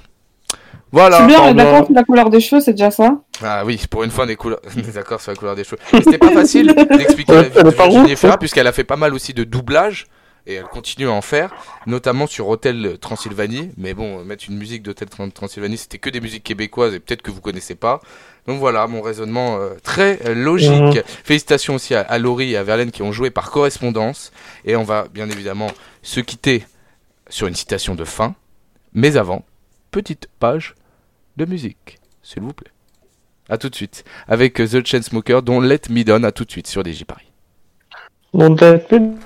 S1: Voilà.
S3: C'est bien,
S2: pardon.
S3: mais d'accord, c'est la couleur des cheveux, c'est déjà ça.
S1: Ah oui, pour une fois, on est couleur- on est d'accord sur la couleur des cheveux. Mais C'était pas facile d'expliquer la
S2: Ouais,
S1: vie
S2: elle
S1: de
S2: est pas
S1: Virginie
S2: rouge,
S1: Efira,
S2: ouais.
S1: puisqu'elle a fait pas mal aussi de doublage, et elle continue à en faire, notamment sur Hôtel Transylvanie. Mais bon, mettre une musique d'Hôtel Tran- Transylvanie, c'était que des musiques québécoises, et peut-être que vous connaissez pas. Donc voilà, mon raisonnement euh, très euh, logique. Félicitations aussi à, à Laurie et à Verlaine qui ont joué par correspondance. Et on va bien évidemment se quitter sur une citation de fin. Mais avant, petite page de musique, s'il vous plaît. À tout de suite, avec euh, The Chainsmoker dont Let Me Down, à tout de suite sur DJ Paris.
S2: Blonde de la pub.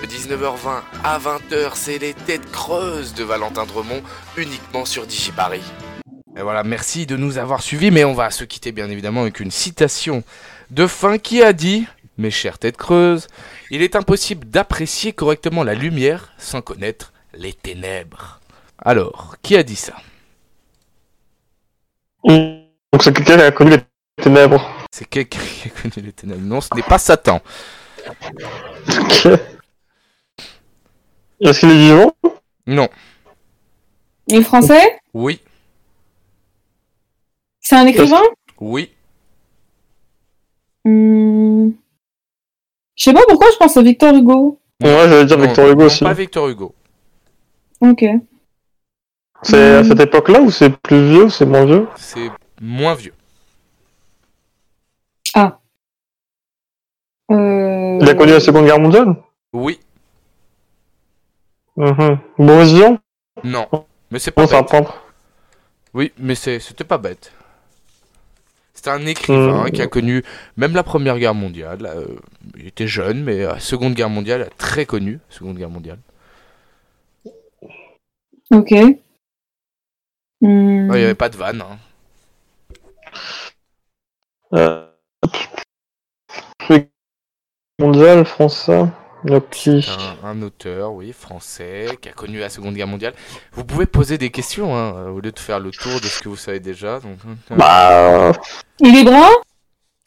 S1: De 19h20 à 20h, c'est les têtes creuses de Valentin Dremont, uniquement sur DigiParis. Et voilà, merci de nous avoir suivis, mais on va se quitter bien évidemment avec une citation de fin qui a dit Mes chères têtes creuses, il est impossible d'apprécier correctement la lumière sans connaître les ténèbres. Alors, qui a dit ça
S2: Donc c'est quelqu'un qui a connu les ténèbres.
S1: C'est quelqu'un qui a connu les ténèbres. Non, ce n'est pas Satan.
S2: Ok. Est-ce qu'il est vivant
S1: Non.
S3: Il est français
S1: Oui.
S3: C'est un écrivain
S1: Oui.
S3: Hmm. Je sais pas pourquoi je pense à Victor Hugo.
S2: Ouais, j'allais dire
S1: Non,
S2: Victor Hugo
S1: non,
S2: aussi.
S1: Pas Victor Hugo.
S3: Ok.
S2: C'est à cette époque-là ou c'est plus vieux ou c'est moins vieux
S1: C'est moins vieux.
S3: Euh...
S2: Il a connu la Seconde Guerre mondiale
S1: Oui.
S2: Mhm. Boris Vian
S1: Non. Mais c'est pas
S2: Non, c'est un
S1: bête.
S2: peintre.
S1: Oui, mais c'est- c'était pas bête. C'était un écrivain
S2: Hmm.
S1: qui a connu même la Première Guerre mondiale. euh, il était jeune, mais la Seconde Guerre mondiale, très connu. Seconde Guerre mondiale.
S3: Ok.
S2: Mmh.
S3: Hmm.
S1: Ouais, il n'y avait pas de vanne. hein.
S2: Euh... Mondial, français. Donc qui
S1: Un, un auteur, oui, français, qui a connu la Seconde Guerre mondiale. Vous pouvez poser des questions, hein, euh, au lieu de faire le tour de ce que vous savez déjà. Donc,
S2: Bah.
S3: Il est brun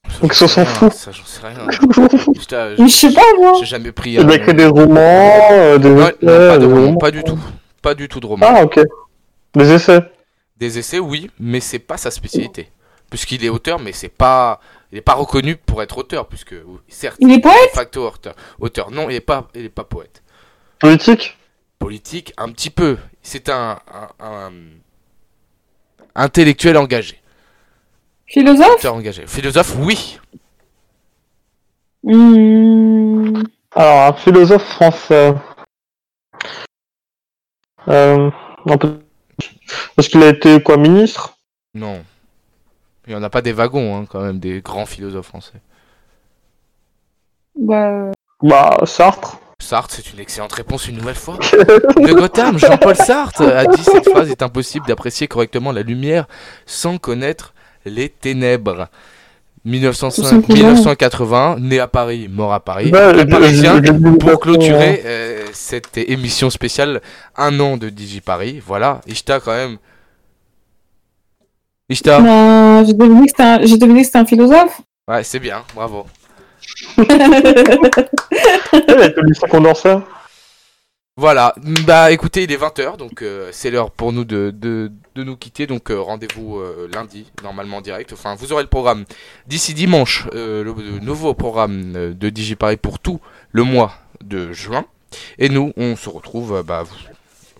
S1: j'en
S2: donc ça
S1: sais
S2: s'en
S1: rien,
S2: fout.
S1: Ça, j'en sais rien.
S2: Il
S1: Putain,
S3: Je sais pas moi.
S1: J'ai jamais pris.
S2: a
S1: un-
S2: écrit des romans, Eh ben, euh, des
S1: Non,
S2: essais.
S1: non, pas de
S2: des
S1: roman,
S2: romans.
S1: pas du tout. Pas du tout de roman.
S2: Ah, ok. Des essais.
S1: Des essais, oui, mais c'est pas sa spécialité. Puisqu'il est auteur, mais c'est pas. Il est pas reconnu pour être auteur, puisque, oui, certes,
S3: Il est poète
S1: de facto auteur. auteur. Non, il est pas, il est pas poète.
S2: Politique
S1: Politique, un petit peu. C'est un, un- un Intellectuel engagé.
S3: Philosophe
S1: Auteur engagé. Philosophe, oui.
S3: Hmm.
S2: Alors, un philosophe français. Euh. non, peut- Parce qu'il a été quoi, ministre
S1: Non. Il y en a pas des wagons, hein, quand même, des grands philosophes français.
S3: Bah, euh,
S2: Bah, Sartre.
S1: Sartre, c'est une excellente réponse une nouvelle fois. De Gotham, Jean-Paul Sartre a dit cette phrase est impossible d'apprécier correctement la lumière sans connaître les ténèbres.
S3: Tout
S1: 1905,
S3: simplement.
S1: 1980, né à Paris, mort à Paris.
S2: Bah,
S1: un
S2: je-
S1: Parisien,
S2: je- je-
S1: pour clôturer euh, cette émission spéciale, un an de Digi Paris. Voilà, Ishta quand même. Ishta,
S3: Ben, j'ai deviné que c'était un- j'ai deviné que c'était un philosophe.
S1: ouais, c'est bien, bravo.
S2: Ouais, avec le lycée condensé.
S1: Voilà, bah écoutez, il est 20h, donc euh, c'est l'heure pour nous de, de, de nous quitter. Donc euh, rendez-vous euh, lundi, normalement en direct. Enfin, vous aurez le programme d'ici dimanche, euh, le, le nouveau programme euh, de DigiParis pour tout le mois de juin. Et nous, on se retrouve euh, bah, v-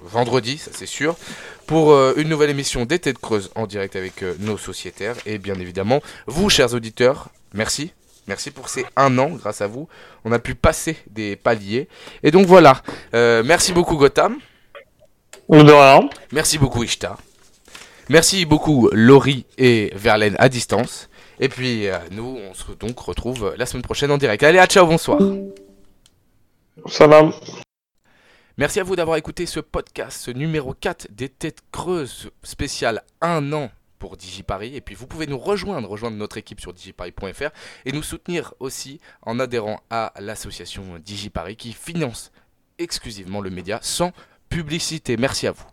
S1: vendredi, ça c'est sûr, pour euh, une nouvelle émission d'été de Creuse en direct avec euh, nos sociétaires. Et bien évidemment, vous, chers auditeurs, merci. Merci pour ces un an, grâce à vous. On a pu passer des paliers. Et donc voilà. Euh, merci beaucoup Gotham.
S2: Ou de rien.
S1: Merci beaucoup Ishta. Merci beaucoup Laurie et Verlaine à distance. Et puis euh, nous, on se donc retrouve la semaine prochaine en direct. Allez, à ciao, bonsoir.
S2: Salam.
S1: Merci à vous d'avoir écouté ce podcast, ce numéro 4 des Têtes Creuses spécial 1 an pour DigiParis. Et puis vous pouvez nous rejoindre, rejoindre notre équipe sur digiparis.fr et nous soutenir aussi en adhérant à l'association DigiParis qui finance exclusivement le média sans publicité. Merci à vous.